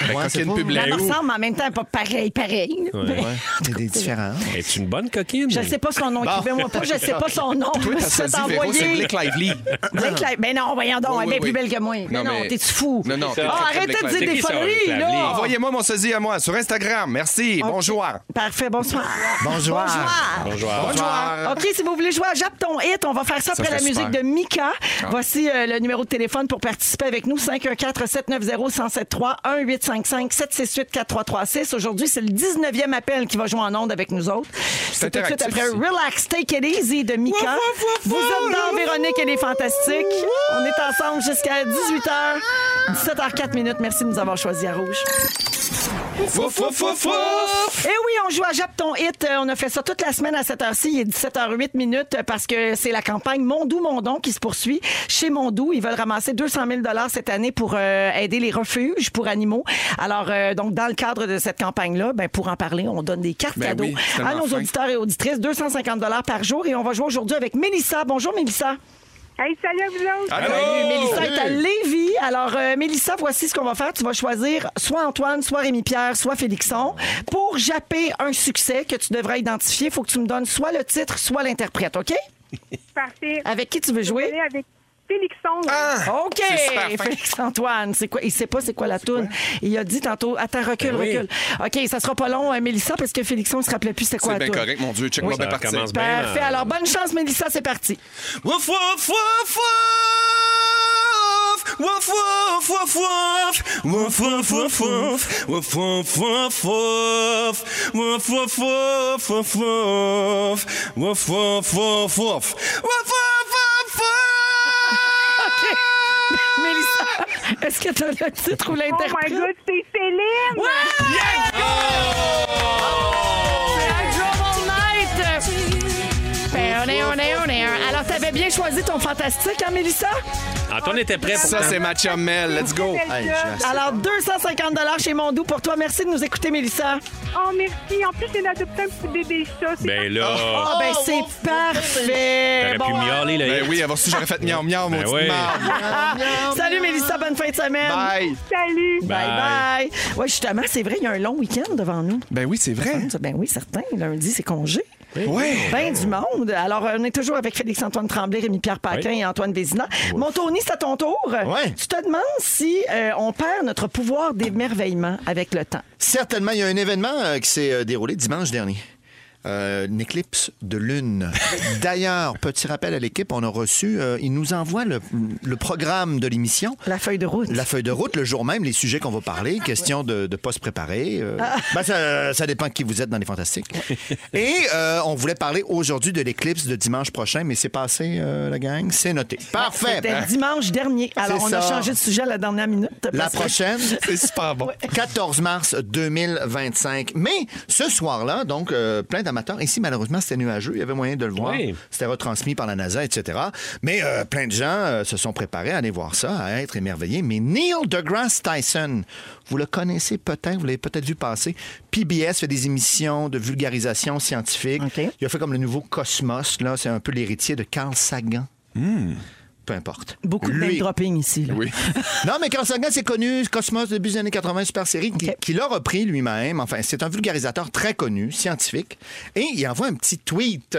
La
Ouais, c'est
coquine
pas-
publique.
Elle me ressemble, mais en même temps, pas pareil, pareil. Mais-
C'est des différences.
Es-tu une bonne coquine?
Je ne sais pas son nom.
Bon.
Écrivez-moi pas, je ne sais pas son nom.
Toi,
Je
t'as
me suis
choisi,
fait
Véro, c'est
envoyer.
Blake Lively.
Blake Lively. Ben non, voyons donc,
Oui, oui,
elle est bien
oui.
plus belle que moi. Mais non,
mais-
t'es-tu fou?
Non, non, t'es
Ah,
très, très
arrête
Blake
de dire
Lively.
des
Blake
foleries,
Lively?
là!
Envoyez-moi mon sosie à moi sur Instagram. Merci. Bonjour.
Parfait, bonsoir.
Bonjour.
Bonsoir.
Bonjour. Bonjour.
OK, si vous voulez jouer à Jap ton hit, on va faire ça
hein. Ça
après la
serait
musique
super.
de Mika.
Ah.
Voici euh, le numéro de téléphone pour participer avec nous 514 790 1073 1855 768 4336. Aujourd'hui, c'est le 19e appel qui va jouer en onde avec nous autres. C'est tout de
interactif,
suite après Relax Take It Easy de Mika. Vous êtes dans Véronique et les Fantastiques. On est ensemble jusqu'à 18h 17h04 minutes. Merci de nous avoir choisis à rouge.
Fouf, fouf, fouf, fouf.
Et Eh oui, on joue à Jap ton hit. Euh, On a fait ça toute la semaine à cette heure-ci. Il est 17h08 minutes euh, parce que c'est la campagne Mondou Mondon qui se poursuit. Chez Mondou, ils veulent ramasser 200 000 dollars cette année pour euh, aider les refuges pour animaux. Alors euh, donc dans le cadre de cette campagne-là, ben pour en parler, on donne des cartes
Ben
cadeaux
oui, c'est
à
tellement
nos
fin.
auditeurs et auditrices, 250 dollars par jour. Et on va jouer aujourd'hui avec Mélissa. Bonjour Mélissa.
Hey, salut à vous autres!
Allô?
Salut, Mélissa
Salut.
est à Lévis. Alors, euh, Mélissa, voici ce qu'on va faire. Tu vas choisir soit Antoine, soit Rémi-Pierre, soit Félixon. Pour japper un succès que tu devras identifier, il faut que tu me donnes soit le titre, soit l'interprète, OK?
Parfait.
Avec qui tu veux jouer?
Avec Félixon.
Ah,
OK! Félix-Antoine, c'est quoi? Il sait pas c'est quoi la toune. Il a dit tantôt, attends, recule,
Ben oui.
recule. OK, ça sera pas long, euh, Mélissa, parce que Félixon se rappelait plus c'est quoi
C'est
la
bien
toune.
correct, mon Dieu. Check-moi
Oui.
bien euh, partir.
Parfait. Alors, bonne chance, Mélissa, c'est parti.
Wouf, wouf, wouf, wouf. Wouf, wouf, wouf, wouf. Wouf, wouf, wouf, wouf. Wouf, wouf, wouf, wouf. Wouf, wouf, wouf, wouf, wouf. Wouf, wouf, wouf, wouf. Wouf, wouf, wouf,
OK.
Ah!
Mélissa, est-ce que t'as le titre ou l'interprète? Oh my God,
c'est Céline!
Ouais! C'est un Global Night! Ben, on est, on est, on est. un. Alors, t'avais bien choisi ton fantastique, hein, Mélissa?
Antoine était prêt pour
Ça, c'est ma chum Mel. Let's go.
Alors, 250 chez Mondou pour toi. Merci de nous écouter, Mélissa.
Oh, merci. En plus, j'ai adopté un petit bébé chat. c'est
Ben là.
Ah, ben, c'est parfait.
T'aurais pu
Bon,
miauler, là.
Ben oui, avoir su, j'aurais fait miam miam,
Ben
mon
oui.
euh, Salut Mélissa, bonne fin de semaine.
Bye.
Salut.
Bye bye. Ouais, justement, c'est vrai, il y a un long week-end devant nous.
Ben oui, c'est vrai.
Ben oui, certain. Lundi, c'est congé.
Ouais.
Ben du monde. Alors, on est toujours avec Félix-Antoine Tremblay, Rémi-Pierre Paquin
Oui.
et Antoine Vézina. Mon Tony, c'est à ton tour. Tu te demandes si euh, on perd notre pouvoir d'émerveillement avec le temps.
Certainement, il y a un événement euh, qui s'est euh, déroulé dimanche dernier. Euh, une éclipse de lune. D'ailleurs, petit rappel à l'équipe, on a reçu, euh, ils nous envoient le, le programme de l'émission.
La feuille de route.
La feuille de route, le jour même, les sujets qu'on va
Ah,
parler, question de ne pas se préparer. euh, ben, ça, ça dépend de qui vous êtes dans les fantastiques. Et euh, on voulait parler aujourd'hui de l'éclipse de dimanche prochain, mais c'est passé, euh, la gang, c'est noté. Parfait.
Ah, C'était dimanche dernier. Alors, on
hein? C'est
a
ça.
changé de sujet à la dernière minute.
La
parce que-
prochaine, 14 mars 2025. Mais ce soir-là, donc, euh, plein d'amateurs. Ici, malheureusement, c'était nuageux. Il y avait moyen de le voir. C'était retransmis par la NASA, etc. Mais euh, plein de gens euh, se sont préparés à aller voir ça, à être émerveillés. Mais Neil deGrasse Tyson, vous le connaissez peut-être, vous l'avez peut-être vu passer. PBS fait des émissions de vulgarisation scientifique. Il a fait comme le nouveau Cosmos. Là, c'est un peu l'héritier de Carl Sagan. Peu importe.
Hmm. Beaucoup de
Lui-
name dropping ici. là.
non, mais Carl Sagan, c'est connu. Cosmos, début des années 80, super série, qui, qui l'a repris lui-même. Enfin, c'est un vulgarisateur très connu, scientifique. Et il envoie un petit tweet.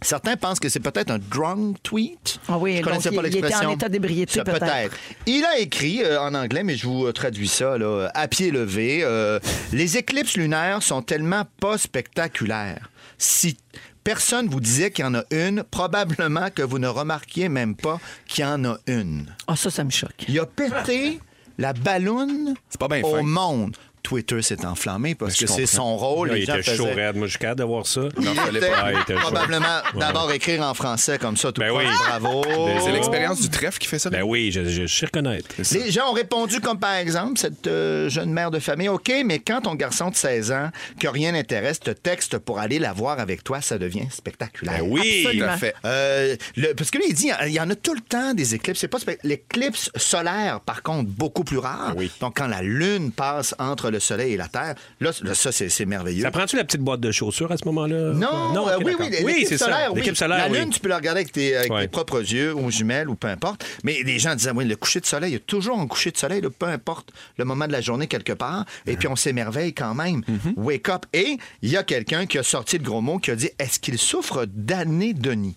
Certains pensent que c'est peut-être un drunk tweet.
Ah oui,
Je connaissais
donc
pas
il- il était en
l'expression.
état d'ébriété,
Ça,
peut-être.
Il a écrit euh, en anglais, mais je vous euh, traduis ça là, euh, à pied levé. euh, les éclipses lunaires sont tellement pas spectaculaires. Si personne vous disait qu'il y en a une, probablement que vous ne remarquiez même pas qu'il y en a une.
Ah, ça, ça me choque.
Il a pété la balloune
bien
au
fin.
monde. Twitter s'est enflammé parce
Je
que c'est
comprends.
son rôle.
Là,
les
il
gens
était chaud,
faisaient-
raide. Moi, je suis capable de voir ça.
Il était
Ah, il était chaud.
probablement
Ouais.
d'abord écrire en français comme ça, tout
Ben
le
oui.
temps. Bravo.
C'est l'expérience du trèfle qui fait ça. Ben oui, je, je, je sais reconnaître.
Les gens ont répondu comme par exemple cette euh, jeune mère de famille, OK, mais quand ton garçon de 16 ans, que rien n'intéresse, te texte pour aller la voir avec toi, ça devient spectaculaire.
Ben oui, Absolument. tout à fait.
Euh, le- parce que là, il dit, il y en a tout le temps des éclipses. C'est pas spect- L'éclipse solaire, par contre, beaucoup plus rare. Donc, quand la Lune passe entre le Soleil et la Terre, là, c- là, ça, c'est c'est merveilleux.
Ça prend-tu la petite boîte de chaussures à ce moment-là?
Non, euh,
ok, d'accord.
oui, oui,
oui,
l'équipe
c'est
solaire,
ça.
oui.
L'équipe solaire,
La Lune,
oui.
tu peux la regarder avec tes, avec
Ouais.
tes propres yeux, aux jumelles ou peu importe. Mais les gens disaient, oui, le coucher de soleil, il y a toujours un coucher de soleil, là, peu importe le moment de la journée quelque part. Et puis on s'émerveille quand même.
Mm-hmm.
Wake up. Et il y a quelqu'un qui a sorti le gros mot, qui a dit, est-ce qu'il souffre d'anédonie?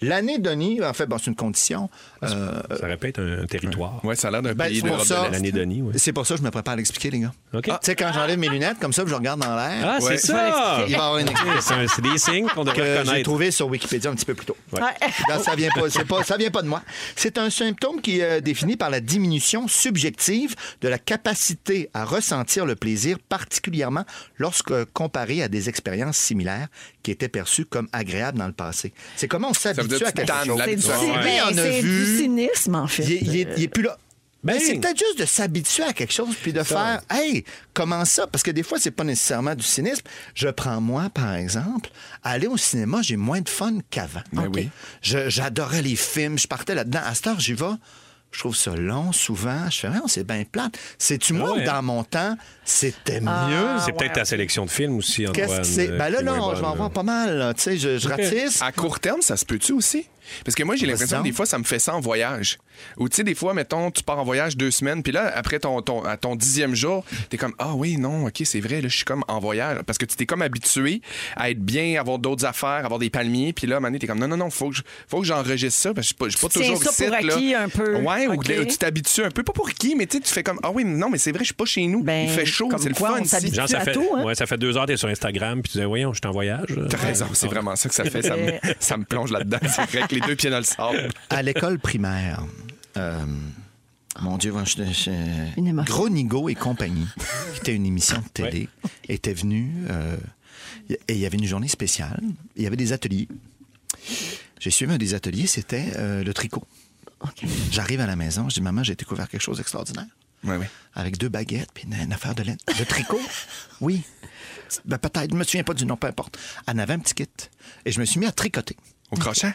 L'anédonie, en fait, bon, c'est une condition.
Ah,
euh,
Ça aurait pu être un territoire.
Oui, ça a l'air d'un
ben,
pays
c'est pour
d'Europe de
ça-
l'Est.
C'est pour ça que je me prépare à l'expliquer, les gars.
OK.
Ah, Tu sais, quand j'enlève mes lunettes, comme ça, puis je regarde dans l'air.
Ah, c'est ça!
Il va y avoir une explication
C'est un- C'est des signes qu'on devrait
que j'ai
reconnaître.
trouvé sur Wikipédia un petit peu plus tôt.
Ouais.
Non, ça vient pas, c'est pas- ça vient pas de moi. C'est un symptôme qui est euh, défini par la diminution subjective de la capacité à ressentir le plaisir, particulièrement lorsque euh, comparé à des expériences similaires qui étaient perçues comme agréables dans le passé. C'est comment on
veut dire
s'habitue
que
à
tu
quelque
tannes
chose.
l'habitude.
Lui,
Ouais.
il en a
C'est du
vu.
cynisme, en fait.
Il, est- il est- il est plus là.
Ben.
Mais c'est peut-être juste de s'habituer à quelque chose puis de faire Hey, comment ça? Parce que des fois, c'est pas nécessairement du cynisme. Je prends moi, par exemple, aller au cinéma, j'ai moins de fun qu'avant.
Ben oui.
Je- J'adorais les films, je partais là-dedans. À cette heure, j'y vais. Je trouve ça long souvent. Je fais, on c'est bien plate. C'est-tu moi
Ouais.
ou dans mon temps, c'était
Ah.
mieux?
C'est peut-être ta sélection de films aussi, Antoine. euh,
Qu'est-ce que c'est? Ben là, là, on- je vais en voir pas mal. là. Tu sais, je, je ratisse.
À court terme, ça se peut-tu aussi? Parce que moi, j'ai l'impression
donc.
que des fois, ça me fait ça en voyage. Ou tu sais, des fois, mettons, tu pars en voyage deux semaines, puis là, après ton, ton, à ton dixième jour, t'es comme, ah oui, non, OK, c'est vrai, là, je suis comme en voyage. Parce que tu t'es comme habitué à être bien, avoir d'autres affaires, avoir des palmiers, puis là, à un moment donné, t'es comme, non, non, non, faut que je- faut que j'enregistre ça, parce que je suis pas, je
Tu
suis pas
tiens
toujours
ça pour
ici, là.
acquis un peu.
Ouais, ou
OK.
que tu t'habitues un peu, pas pour qui, mais tu sais, tu fais comme, ah oui, non, mais c'est vrai, je suis pas chez nous,
Ben,
il fait chaud,
comme
c'est le
quoi,
fun
on
ici.
s'habitue.
Genre, ça
à
fait,
tout, hein?
ouais, ça fait deux heures, t'es sur Instagram, puis tu dis, voyons, je suis en voyage.
T'as raison, c'est vraiment ça que ça fait. Ça me, ça me plonge là-dedans, c'est vrai, que les deux pieds dans le sable.
à l'école primaire, euh, mon Dieu, moi, je, je-
Une émotion.
Gronigo et compagnie, qui était une émission de télé, était venue euh, y- et il y avait une journée spéciale. Il y avait des ateliers. J'ai suivi un des ateliers, c'était euh, le tricot. J'arrive à la maison, je dis maman, j'ai découvert quelque chose d'extraordinaire
Ouais, ouais.
avec deux baguettes puis une, une affaire de laine. De tricot? Oui. Ben, peut-être, je me souviens pas du nom, peu importe. Elle avait un petit kit et je me suis mis à tricoter.
Au crochet?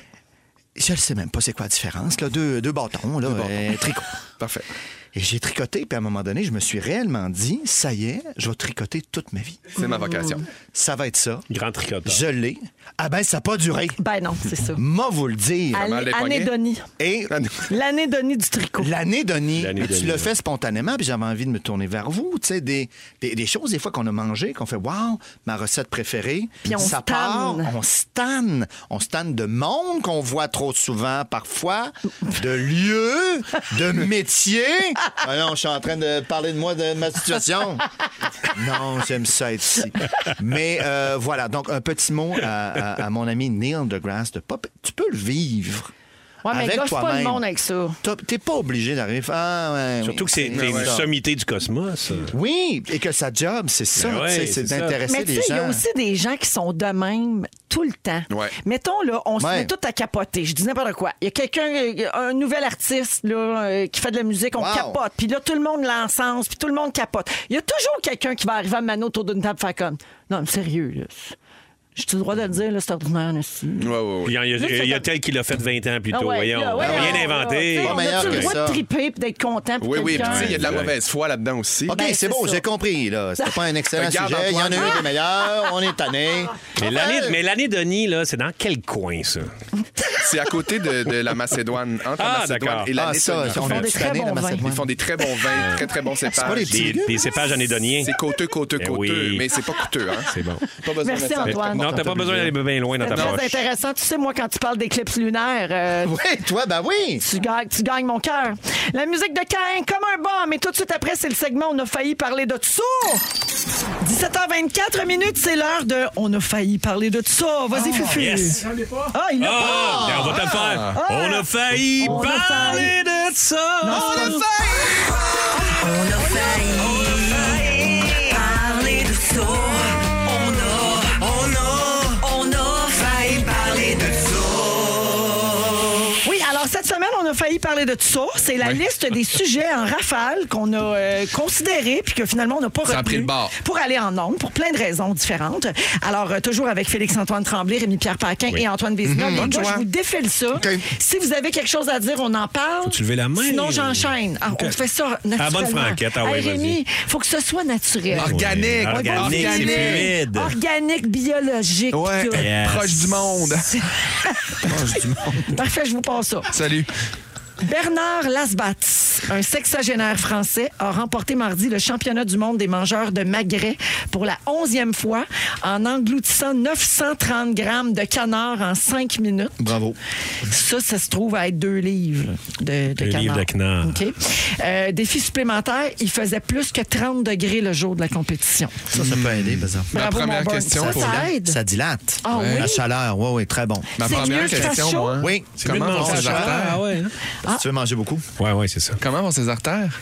Je ne sais même pas c'est quoi la différence. Là. Deux, deux bâtons, là, euh, tricot.
Parfait.
Et j'ai tricoté, puis à un moment donné, je me suis réellement dit, ça y est, je vais tricoter toute ma vie.
C'est ma vocation.
Ça va être ça.
Grand tricoteur.
Je l'ai. Ah ben, ça n'a pas duré.
Ben non, c'est ça.
Moi, vous le dire.
Allez.
Allé-
les poignets?
Anédonie.
Et
L'anédonie du tricot.
l'année donnée,
L'année
tu
donnée,
le
ouais.
fais spontanément, puis j'avais envie de me tourner vers vous. Tu sais, des, des, des choses, des fois, qu'on a mangé, qu'on fait, waouh, ma recette préférée.
Puis on
ça
stanne.
part, on stanne. On stanne de monde qu'on voit trop souvent, parfois, de lieux, de métiers. Ah non, je suis en train de parler de moi, de ma situation. Non, j'aime ça être ici. Mais euh, voilà, donc un petit mot à, à- à mon ami Neil deGrasse de Pop. Tu peux le vivre.
Ouais, mais
avec
gâche pas le
toi-même.
monde avec ça.
T'as- T'es pas obligé d'arriver. à faire, Ah, ouais,
Surtout
oui,
que c'est t'es une
ça.
sommité du cosmos.
Oui, et que sa job, c'est ça,
Ben ouais,
tu sais,
c'est
c'est
ça.
d'intéresser
Mais tu
les
sais, il y a
gens.
aussi des gens qui sont de même tout le temps.
Ouais.
Mettons, là, on se
Ouais.
met tout à capoter. Je dis n'importe quoi. Il y a quelqu'un, euh, un nouvel artiste là, euh, qui fait de la musique, on
Wow.
capote. Puis là, tout le monde l'encense, puis tout le monde capote. Il y a toujours quelqu'un qui va arriver à Mano autour d'une table faire comme Non, mais sérieux, là. J'ai le droit de le dire, là, c'est ordinaire, là, c'est-
Ouais, ouais,
Il
ouais.
y, en a- il y a tel qui l'a fait 20 ans plus tôt.
Ah ouais,
voyons,
là,
on
ouais,
n'a rien
ouais, ah
inventé.
ouais, ouais.
Pas
On
meilleur
a-tu
que
le droit
ça.
de triper et d'être content pour
Oui, oui, puis
quelqu'un?
tu sais, il y a de la mauvaise foi là-dedans aussi.
OK,
Ben,
c'est
c'est
bon,
ça.
j'ai compris. là. C'était pas un excellent
Regarde,
sujet. Il y en a
Antoine.
eu des meilleurs. On est tanné.
Mais l'année- Mais l'année Denis, là, c'est dans quel coin, ça?
C'est à côté de, de la Macédoine, entre la
Ah,
Macédoine
d'accord.
et la
Ah, ça,
Lettonie.
on
font
est
des très
tanné, la
bons vins.
Macédoine.
Ils font des très bons vins, très très bons
pas les
cépages.
petits-
Des, des cépages anédoniens.
C'est coûteux, coûteux,
Ben
coûteux,
oui.
mais c'est pas coûteux. Hein?
C'est bon.
Pas besoin de
Merci,
mettre ça.
Antoine.
Non, t'as pas besoin d'aller bien loin dans
C'est
ta
très
poche.
intéressant. Tu sais, moi, quand tu parles d'éclipse lunaire, euh,
Oui, toi, ben oui.
tu gagnes, tu gagnes mon cœur. La musique de Caïn, comme un bon, mais tout de suite après, c'est le segment On a failli parler de tout ça. 17h24 minutes, c'est l'heure de On a failli parler de tout ça. Vas-y, Fufu.
yes.
Ah, il l'a
Ah, ben, on va te le faire. On a failli
On a
parler de ça.
pas.
On a failli.
parler de tout ça. C'est la liste des sujets en rafale qu'on a euh, considérés puis que finalement on n'a pas
Ça a
retenu
pris le bord.
pour aller en ondes pour plein de raisons différentes. Alors euh, toujours avec Félix Antoine Tremblay, Rémi Pierre Paquin
Oui.
et Antoine Vézina.
Mhm.
Les
Bonne
gars,
joie.
je vous défile ça. Si vous avez quelque chose à dire, on en parle.
Faut-tu lever la main?
Sinon j'enchaîne. Ah,
OK.
On fait ça
la bonne
naturellement.
franquette, ah ouais,
Hey, Rémi, faut que ce soit naturel.
Organique. Oui, organique, c'est fluide.
Ah,
Eh.
Organique, biologique.
Ouais,
tout.
Yes. proche du monde. Proche du monde.
Parfait, je vous passe ça.
Salut.
Bernard Lasbatz, un sexagénaire français, a remporté mardi le championnat du monde des mangeurs de magret pour la onzième fois en engloutissant 930 grammes de canard en 5 minutes.
Bravo.
Ça, ça se trouve à être deux livres de, de
Deux
canard.
livres de canard.
OK. Euh, défi supplémentaire, il faisait plus que 30 degrés le jour de la compétition.
Ça, ça peut aider, par exemple.
Ma Bravo, première mon bon. question Ça, pour- ça aide.
Ça dilate.
Ah oui?
La chaleur, oui, oui, très bon.
Ma C'est première mieux que ça question, chaud? moi, hein?
Oui.
C'est Comment mieux de vont manger ses ça. artères? Ah ouais, hein?
Si tu veux manger beaucoup.
Oui, oui, c'est ça.
Comment vont ses artères?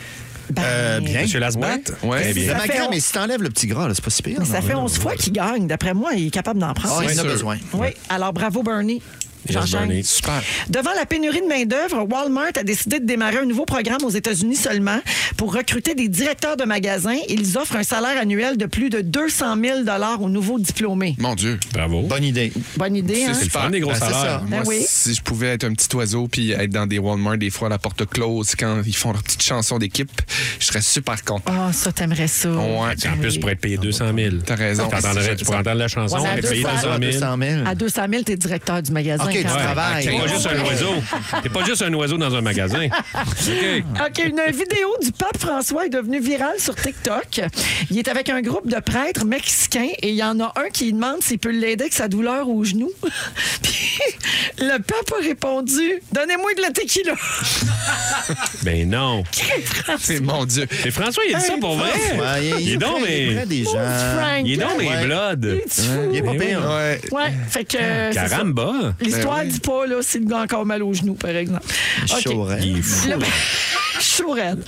Ben,
Euh, bien.
Monsieur Lasbat?
Ouais.
Ouais.
Très bien.
Ça
Le
fait
magret,
on-
mais si t'enlèves le petit gras, là, c'est pas si pire.
Mais ça
non?
fait 11 fois qu'il gagne. D'après moi, il est capable d'en prendre.
Ah, il en a C'est sûr. besoin.
Oui. Alors, bravo, Bernie. J'enchaîne.
Super.
Devant la pénurie de main-d'œuvre, Walmart a décidé de démarrer un nouveau programme aux États-Unis seulement pour recruter des directeurs de magasins. Ils offrent un salaire annuel de plus de 200 000 aux nouveaux diplômés.
Mon Dieu.
Bravo.
Bonne idée. Ah,
Bonne idée, hein?
C'est super.
des gros
Ben, c'est
salaires.
ça.
Ben
Moi,
oui.
si je pouvais être un petit oiseau puis être dans des Walmart des fois à la porte close quand ils font leur petite chanson d'équipe, je serais super content.
Ah, ça, t'aimerais ça.
Ouais.
En plus, pour être payé 200 000.
T'as raison.
T'entendrais- Tu pourrais entendre la chanson,
Ouais,
on est payé 200 000.
200 000.
À 200 000, t'es directeur du magasin.
OK, tu
quand même.
travailles.
T'es pas juste un oiseau. T'es pas juste un oiseau dans un magasin. OK.
OK, une vidéo du pape François est devenue virale sur TikTok. Il est avec un groupe de prêtres mexicains et il y en a un qui demande s'il peut l'aider avec sa douleur au genou. Puis le pape a répondu Donnez-moi de la tequila.
Ben non.
C'est mon Dieu.
Et François, il a dit ça pour vrai.
Ouais,
Il est donc,
près- il est
mais.
près des gens.
Frank.
Il est donc, mais
Ouais.
blood.
Tu fous.
Il est pas
Mais
pire.
Ouais.
Ouais, fait que. euh, c'est ça.
Caramba.
L'histoire
Ben oui.
dit pas là, si le gars a encore mal au genou, par exemple. OK.
Chaud, hein?
Il est fou.
Le... Chaud raide.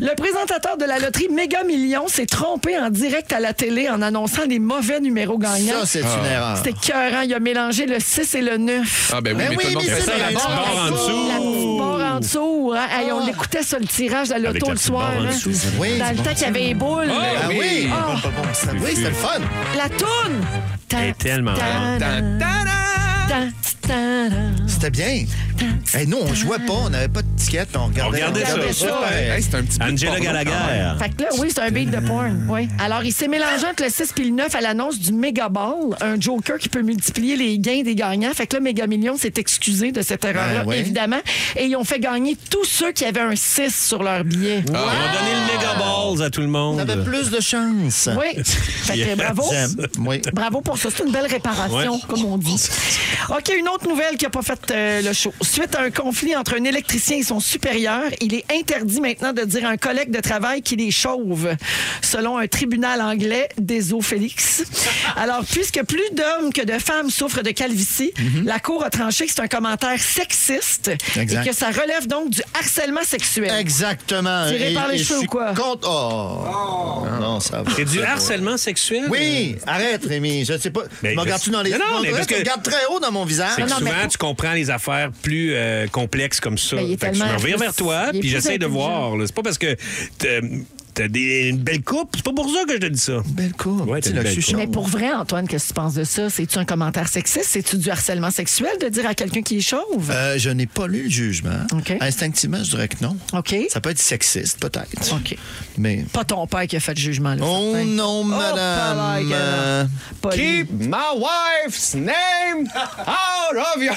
Le présentateur de la loterie Méga Million s'est trompé en direct à la télé en annonçant les mauvais numéros gagnants.
Ça, c'est une erreur.
Ah. C'était écœurant. Il a mélangé le 6 et le 9.
Ah ben oui,
Ben
mais
oui,
tout le monde
mais
fait
c'est
ça.
la
là-bas.
barre
Ah,
en dessous.
La petite barre en dessous. hein. Hey, on
Ah.
l'écoutait sur le tirage de la
Avec
loto
la
le
petite
soir.
barre en
hein.
dessous, c'est
Oui,
Dans le
c'est
temps qu'il y avait les boules.
Ah oui,
Ah.
Bon, bon, bon, ça- oui, c'était le fun.
La toune!
Elle est tellement
Dan,
Ta-
dan, dan.
ta- ta- ta-
C'était bien. Hey, nous, on jouait pas, on n'avait pas de ticket, mais on regardait,
regardait ça.
Ouais.
Hey, c'est un petit peu de
Angela
porno, quand même.
Ah.
Gallagher.
Fait que là, oui, c'est un beat de porn. Oui. Alors, il s'est mélangé entre le 6 et le 9 à l'annonce du Mega Ball, un joker qui peut multiplier les gains des gagnants. Fait que là, Mega Million s'est excusé de cette erreur-là,
Ben ouais.
évidemment. Et ils ont fait gagner tous ceux qui avaient un 6 sur leur billet.
On a donné le méga balls à tout le
On avait
monde.
plus de chance.
Oui. Fait que
Yes.
bravo.
J'aime. Oui.
Bravo pour ça. C'est une belle réparation,
Ouais.
comme on dit. OK, une autre nouvelle qui n'a pas fait euh, le show. Suite à un conflit entre un électricien et son supérieur, il est interdit maintenant de dire à un collègue de travail qu'il est chauve, selon un tribunal anglais des eaux Félix. Alors, puisque plus d'hommes que de femmes souffrent de calvitie, la Cour a tranché que c'est un commentaire sexiste
Exact.
et que ça relève donc du harcèlement sexuel.
Exactement.
Tiré par les
je
cheveux ou
suis
quoi?
Contre... Oh. Non, non, ça va.
C'est du
Ça va.
harcèlement sexuel?
Oui, arrête, Rémi. Je sais pas.
Ben,
me
je-
regardes-tu dans les
Non, non, mais parce que-
tu me regardes très haut dans mon visage.
C'est que
non, mais-
souvent, tu comprends les affaires plus euh, complexes comme ça.
Ben, il est
Fait que je me
tellement
reviens
plus-
vers toi,
il est
puis
plus
j'essaie de
intelligent.
voir. là. C'est pas parce que t'as t'as des- une belle coupe, c'est pas pour ça que je te dis ça.
Belle courbe.
Ouais,
Petit
t'as une belle
locution.
courbe.
Mais pour vrai, Antoine, qu'est-ce que tu penses de ça? C'est-tu un commentaire sexiste? C'est-tu du harcèlement sexuel de dire à quelqu'un qui est chauve?
Euh, je n'ai pas lu le jugement.
OK.
Instinctivement, je dirais que non.
OK.
Ça peut être sexiste, peut-être.
OK.
Mais.
Pas ton père qui a fait le jugement. Là,
Oh
certain.
non, madame.
pas like,
Euh,
euh, pas lui.
my wife's name out of your...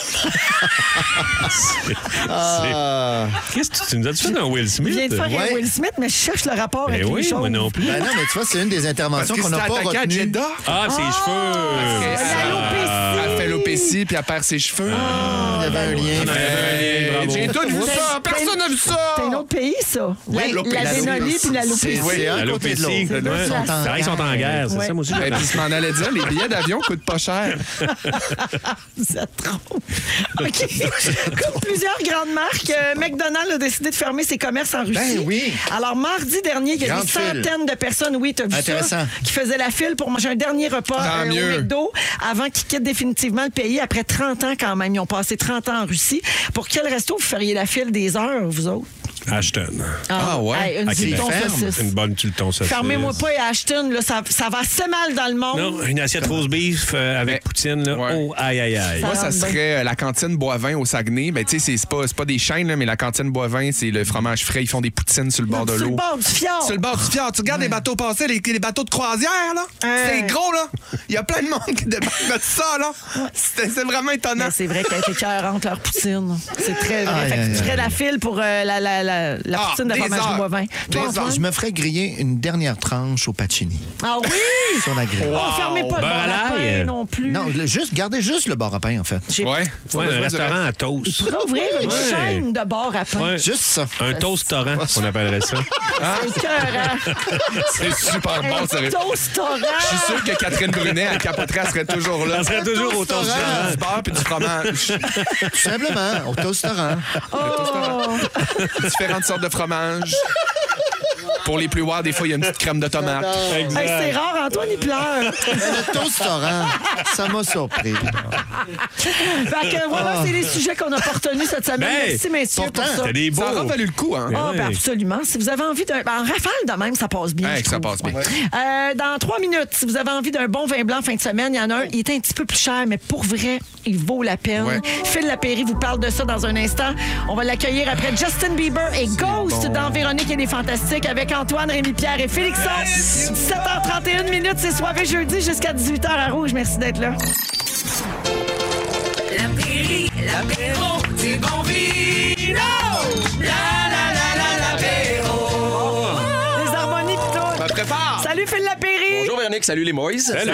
Ah.
C'est- Qu'est-ce que tu- tu nous as-tu fait dans Will
Il
Smith?
vient de faire
Ouais.
un Will Smith, mais je cherche le rapport
Ben
avec les
oui,
chauves.
moi non plus.
Ben non, mais tu vois, c'est une des
Parce
interventions
que
qu'on
c'est
n'a pas
attaqué à
retenues.
Jeddah.
Ah, ses cheveux! Ah.
l'alopécie.
Elle fait l'opécie puis elle perd ses cheveux.
Il y avait un lien.
Ah, ben,
Hey,
bravo.
J'ai tout vu ça. Personne n'a vu ça.
C'est un autre pays, ça.
Oui,
la, la
l'alopécie.
Dénolie puis la
C'est- c'est un côté de
L'alopécie.
l'autre.
ouais.
Ils sont en
C'est vrai qu'ils sont en guerre, c'est
Ouais.
ça, moi aussi.
Et
j'avais-
puis, je m'en allais dire, les billets d'avion coûtent pas cher.
Ça trompe. OK. Comme plusieurs grandes marques, euh, McDonald's a décidé de fermer ses commerces en Russie.
Ben oui.
Alors, mardi dernier, il y a
Grande
des
file.
centaines de personnes, oui, t'as vu ça,
Intéressant.
qui faisaient la file pour manger un dernier repas
Tant
euh,
mieux.
au McDo avant qu'ils quittent définitivement le pays après 30 ans quand même. Ils ont passé 30 ans en Russie. Pour quel resto vous feriez la file des heures, vous autres?
Ashton.
Ah, Ah ouais? hey, une
À Québec.
tuileton saucisse.
Une bonne tulton saucisse.
Fermez-moi pas et Ashton, là, ça, ça va assez mal dans le monde.
Non, une assiette rose beef euh, avec poutine, là. Oh, aïe, aïe, aïe.
Moi, ça serait euh, la cantine Boivin au Saguenay. Ben, tu sais, c'est- c'est pas, c'est pas des chaînes, là, mais la cantine Boivin, c'est le fromage frais. Ils font des poutines sur le bord de
Sur le
l'eau.
bord du fjord.
Sur le bord du fjord. Tu regardes les bateaux passer, les, les bateaux de croisière, là. C'est gros, là. Il y a plein de monde qui débarque de ça, là. C'est c'est vraiment étonnant.
C'est vrai qu'elle est écœurante, leur poutine. C'est très vrai.
Aïe,
Fait que
aïe,
tu ferais
aïe.
la file pour euh, la, la, la, la
Ah,
poutine de
des
fromage
heures.
bovin. Toi,
Des heures.
Antoine?
Je me ferais griller une dernière tranche au pacini.
Ah oui!
Sur la grille.
On Oh, fermez
ben,
pas le beurre à pain non plus.
Non, le- juste, gardez juste le bar à pain, en fait.
Ouais,
Ouais,
un
ouais,
restaurant
ouais.
à toast.
Tu pourrais ouvrir une
Ouais.
chaîne de bar à pain.
Ouais. Un toast torrent, on appellerait ça.
C'est
Ah.
écœurant.
C'est super bon,
Un
sérieux.
toast torrent.
Je suis sûr que Catherine Brunet, à Capotra, serait toujours là.
Elle serait toujours au toast
Du beurre puis du fromage.
Tout simplement, au toasterant.
Différentes sortes de fromages. Pour les plus rois, des fois, il y a une petite crème de tomate.
Hey, c'est rare, Antoine, il pleure.
Le toasterant, ça m'a surpris.
Fait que voilà, c'est les sujets qu'on a pas retenus cette semaine.
Ah. Ben,
Merci, messieurs,
pourtant,
pour ça.
t'as des beaux. Ça aura valu
le coup, hein?
Ah,
Ben
ben
oui.
absolument. Si vous avez envie d'un. ben, En rafale, de même, ça passe bien.
Hey,
je
que ça
trouve.
passe bien.
Ouais. Euh, dans trois minutes, si vous avez envie d'un bon vin blanc fin de semaine, il y en a un. Il est un petit peu plus cher, mais pour vrai, il vaut la peine.
Ouais.
Phil Lapéry vous parle de ça dans un instant. On va l'accueillir après Justin Bieber et Ghost
bon.
dans Véronique et les Fantastiques avec Antoine, Rémi Pierre et Félix. 17h31 minutes, c'est soirée jeudi jusqu'à 18h à Rouge. Merci d'être là.
La prairie, l'apéro du bon vino. La la la la l'apéro.
Les harmonies pis tout.
Je me prépare.
Salut Phil Lapéry.
Bonjour Véronique, salut les Moïse. Salut.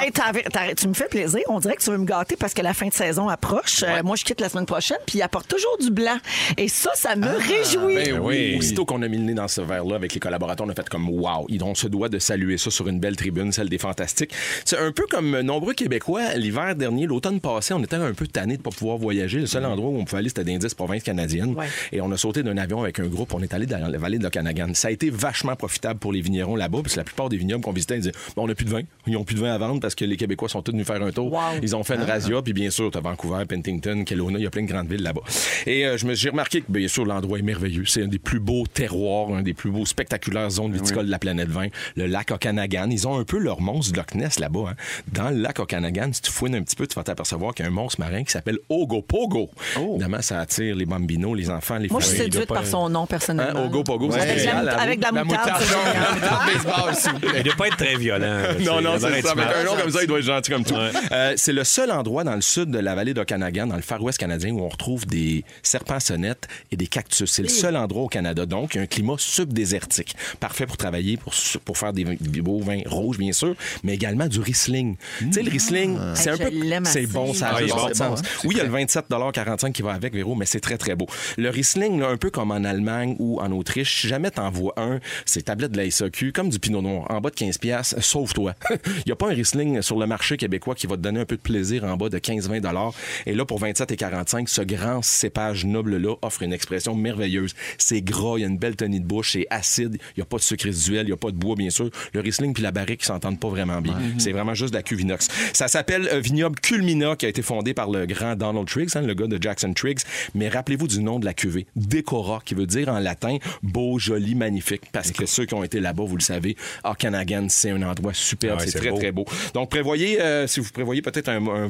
Hey, t'arri- t'arri- tu me fais plaisir. On dirait que tu veux me gâter parce que la fin de saison approche. Euh, moi, je quitte la semaine prochaine, puis il apporte toujours du blanc. Et ça, ça
Ah.
me réjouit.
Ben oui. Aussitôt qu'on a mis le nez dans ce verre-là avec les collaborateurs, on a fait comme wow. Ils- On se doit de saluer ça sur une belle tribune, celle des Fantastiques. C'est un peu comme nombreux Québécois l'hiver dernier, l'automne passé, on était un peu tannés de pas pouvoir voyager. Le seul endroit où on pouvait aller, c'était dans 10 provinces canadiennes.
Ouais.
Et on a sauté d'un avion avec un groupe. On est allé dans la vallée de l'Okanagan. Ça a été vachement profitable pour les vignerons là-bas, parce que la plupart des vignobles qu'on visitait, ils disaient Bon, on n'a plus de vin. Ils n'ont plus de vin à vendre parce que les Québécois sont tous venus faire un tour. Ils ont fait une razzia, puis bien sûr, tu Vancouver, Pentington, Kelowna, il y a plein de grandes villes là-bas. Et euh, je me- j'ai remarqué que, bien sûr, l'endroit est merveilleux. C'est un des plus beaux terroirs, un des plus beaux spectaculaires zones viticoles de la planète 20, le lac Okanagan. Ils ont un peu leur monstre de Loch Ness là-bas. hein. Dans le lac Okanagan, si tu fouines un petit peu, tu vas t'apercevoir qu'il y a un monstre marin qui s'appelle Ogopogo. Évidemment, ça attire les bambinos, les enfants, les
ben
Moi, je suis
familles. Il doit
séduite
pas-
par son nom,
Hein,
personnellement.
Ogopogo, c'est hein?
Avec,
génial,
la, mou-
à
avec de la
vous.
moutarde. c'est génial.
Il doit pas être très violent.
Non, non, c'est ça.
mais
Avec un nom comme ça, il doit être gentil comme tout. Euh, c'est le seul endroit dans le sud de la vallée d'Okanagan, dans le Far West canadien, où on retrouve des serpents sonnettes et des cactus. C'est le seul endroit au Canada, donc, il y a un climat subdésertique. Parfait pour travailler, pour, su- pour faire des, vins- des beaux vins rouges, bien sûr, mais également du Riesling. Tu sais, le Riesling,
Hey,
c'est un
je
peu.
l'aime
C'est
assez.
bon, ça a
Ah, il est
juste
bon,
bon
c'est bon,
sens.
hein?
Oui, il y a le 27,45 qui va avec, Véro, mais c'est très, très beau. Le Riesling, là, un peu comme en Allemagne ou en Autriche, si jamais t'en vois un, c'est tablette de la SAQ, comme du Pinot Noir, en bas de 15 piastres, sauve-toi. il n'y a pas un Riesling sur le marché québécois qui va te donner un peu de plaisir en bas de 15-20 dollars. Et là, pour 27,45, ce grand cépage noble-là offre une expression merveilleuse. C'est gras, il y a une belle tenue de bouche, c'est acide, il n'y a pas de sucre résiduel, il n'y a pas de bois, bien sûr. Le Riesling puis la barrique, ils s'entendent pas vraiment bien. C'est vraiment juste de la cuve inox. Ça s'appelle euh, Vignoble Culmina, qui a été fondé par le grand Donald Triggs, hein, le gars de Jackson Triggs. Mais rappelez-vous du nom de la cuvée, Decora, qui veut dire en latin beau, joli, magnifique. Parce que ceux qui ont été là-bas, vous le savez, Okanagan, c'est un endroit superbe,
Ah ouais,
c'est
c'est
très,
beau.
très beau. Donc prévoyez, euh, si vous prévoyez peut-être un, un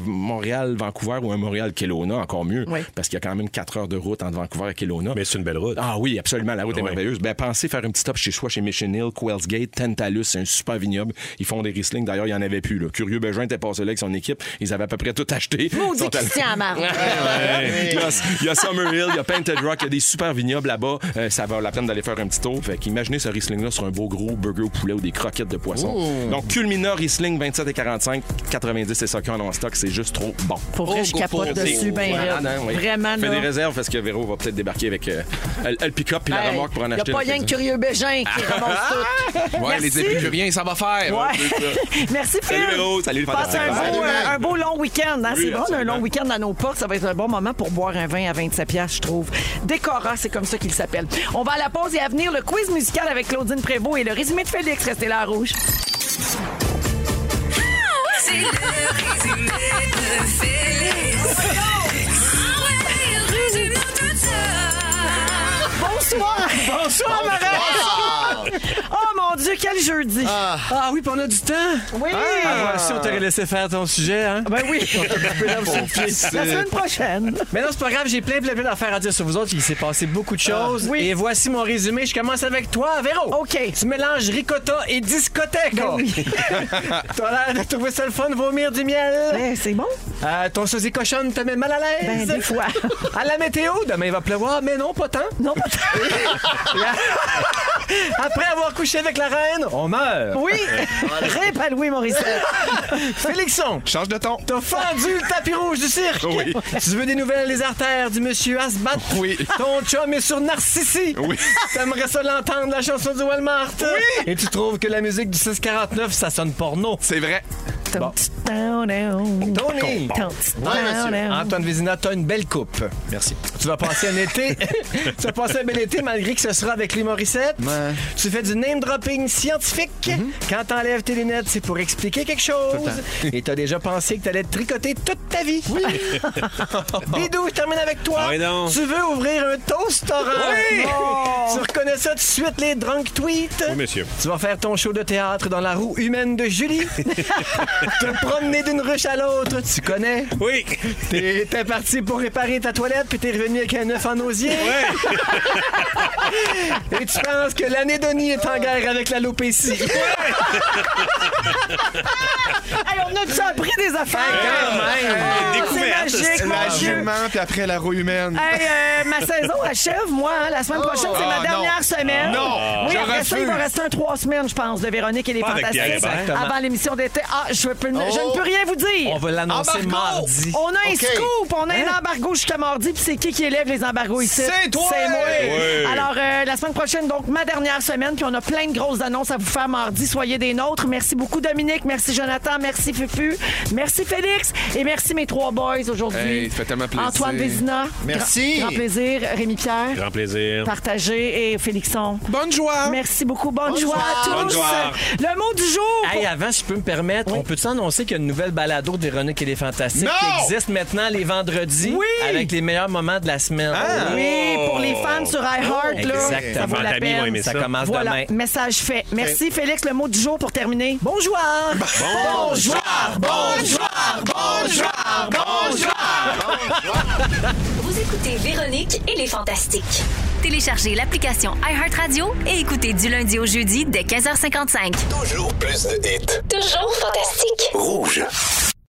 Montréal-Vancouver ou un Montréal-Kelowna, encore mieux,
Oui.
parce qu'il y a quand même 4 heures de route entre Vancouver et Kelowna. Mais
c'est une belle route.
Ah oui, absolument, la route est
Ouais.
merveilleuse. Ben, pensez faire un petit stop chez soi, chez Mission Hill, Quell's Gate, Tantalus, c'est un super vignoble. Ils font des Riesling, d'ailleurs, il n'y en avait plus. Là. Curieux Benjamin était passé là avec son équipe, ils avaient à peu près tout acheté. Ils
Maudit
sont allés-
Christian Amar.
il, y a, il y a Summerhill, il y a Painted Rock, il y a des super vignobles là-bas. Euh, ça vaut la peine d'aller faire un petit tour. Fait qu'imaginez ce Riesling-là sur un beau gros burgundy
burgers au poulet ou des croquettes de poisson.
Oh.
Donc, Culmina Riesling 27 et 45, 90 et Soccer en stock, c'est juste trop bon.
Pour vrai, je capote dessus, ben raide. Vraiment,
Fais
là.
des réserves parce que Véro va peut-être débarquer avec euh, elle, elle pick-up puis la
Hey,
remorque pour en
y a
acheter.
pas
une
rien que
raison.
Curieux Bégin qui remonte tout.
Ouais,
Merci.
les épicuriens, ça va faire.
Ouais.
Un peu ça.
Merci, Phil.
Salut, Véro. Salut, les
Passe un
fantastiques.
beau,
Salut,
euh,
Mike.
un beau long week-end. hein.
Oui,
c'est bon, un
absolument.
long week-end à nos portes. Ça va être un bon moment pour boire un vin à 27 piastres, je trouve. Décora, c'est comme ça qu'il s'appelle. On va à la pause et à venir le quiz musical avec Claudine Prévost et le résumé de Félix. Restez là, à Rouge.
C'est le résumé de Félix. Ah ouais, résumé de tout ça.
Bonsoir!
Bonsoir,
Marin!
Marie.
Oh mon Dieu, quel jeudi! Ah, oui, puis on a du temps! Oui!
Ah, moi, si on t'aurait laissé faire ton sujet, hein?
Ben oui.
On t'aurait coupé l'herbe sous le pied.
La semaine prochaine.
Mais non, c'est pas grave, j'ai plein, plein, plein d'affaires à dire sur vous autres. Il s'est passé beaucoup de choses. Et voici mon résumé. Je commence avec toi, Véro.
OK. Ben
Tu mélanges ricotta et discothèque. T'as l'air de trouver ça le fun, vomir du miel.
Ben,
Euh,
c'est bon.
ton sosie cochonne te met mal à l'aise.
Ben, des fois.
à la météo, demain il va pleuvoir, mais non, pas tant.
Non, pas
tant. Après avoir couché avec la reine, on meurt.
Oui! Rip à Louis Morissette!
Félixon!
Change de ton!
T'as fendu le tapis rouge du cirque!
Oui.
Tu veux des nouvelles des artères du monsieur Asbat? Oui. Ton chum est sur Narcissi! Oui. T'aimerais ça l'entendre, la chanson du Walmart? Oui. Et tu trouves que la musique du 649, ça sonne porno?
C'est vrai.
Bon. Tony! Antoine Vézina, t'as une belle coupe. Merci. Tu vas passer un été. tu vas passer un bel été malgré que ce sera avec les Morissette. Tu fais du name dropping scientifique. Quand t'enlèves tes lunettes, c'est pour expliquer quelque chose. Et t'as déjà pensé que t'allais te tricoter toute ta vie. Oui. Bidou, je termine avec toi.
Ah oui, donc.
tu veux ouvrir un toast-torrent.
Oui.
Non. Tu reconnais ça tout de suite, les drunk tweets.
Oui, monsieur.
Tu vas faire ton show de théâtre dans la roue humaine de Julie. te promener d'une ruche à l'autre, tu connais.
Oui.
T'es t'es parti pour réparer ta toilette, puis t'es revenu avec un œuf en osier. Et tu penses que l'anédonie est en guerre avec l'alopécie.
Hey, on a-tu appris des affaires? Ah, C'est magique, mon Dieu!
L'agrément, puis après la roue humaine.
Hey, euh, ma saison achève, moi. hein. La semaine
Oh.
prochaine, c'est
Ah,
ma dernière
non.
semaine.
Non.
Ah. Oui,
Je
après ça, il va
refuse.
rester un trois semaines, je pense, de Véronique et les
Pas avec
Fantastiques.
Pierre Hébert. Exactement.
Avant l'émission d'été. Ah, je, peux- je
Oh.
ne peux rien vous dire.
On va l'annoncer
Embargo.
mardi.
On a un
OK.
scoop, on a
Hein?
un embargo jusqu'à mardi. Puis c'est qui qui élève les embargos ici?
C'est toi!
C'est moi.
Oui.
Alors, euh, la semaine prochaine, donc, ma dernière semaine. Puis on a plein de grosses annonces à vous faire mardi. Soyez des nôtres. Merci beaucoup, Dominique. Merci, Jonathan. Merci, Fufu. Merci, Félix. Et merci, mes trois boys aujourd'hui.
Hey, ça fait tellement plaisir.
Antoine Vézina.
Merci.
Grand, grand plaisir. Rémi Pierre.
Grand plaisir.
Partagé et Félixon.
Bonne joie.
Merci beaucoup. Bonne, joie à tous.
Bonne joie.
Le mot du jour.
Hey, avant, si je peux me permettre, on peut-tu annoncer qu'il y a une nouvelle balado de Véronique et les Fantastiques
Non!
qui existe maintenant les vendredis avec les meilleurs moments de la semaine?
Oui, pour
Oh.
les fans sur iHeart, Ah, là, ça vaut
Exactement.
la peine.
Ça commence
Voilà,
demain.
message fait. Merci, Félix. Le mot du jour pour terminer. Bonjour.
Bonjour. Bonjour. Bonjour. Bonjour.
Vous écoutez Véronique et les Fantastiques. Téléchargez l'application iHeartRadio et écoutez du lundi au jeudi dès 15h55.
Toujours plus de hits.
Toujours fantastique.
Rouge.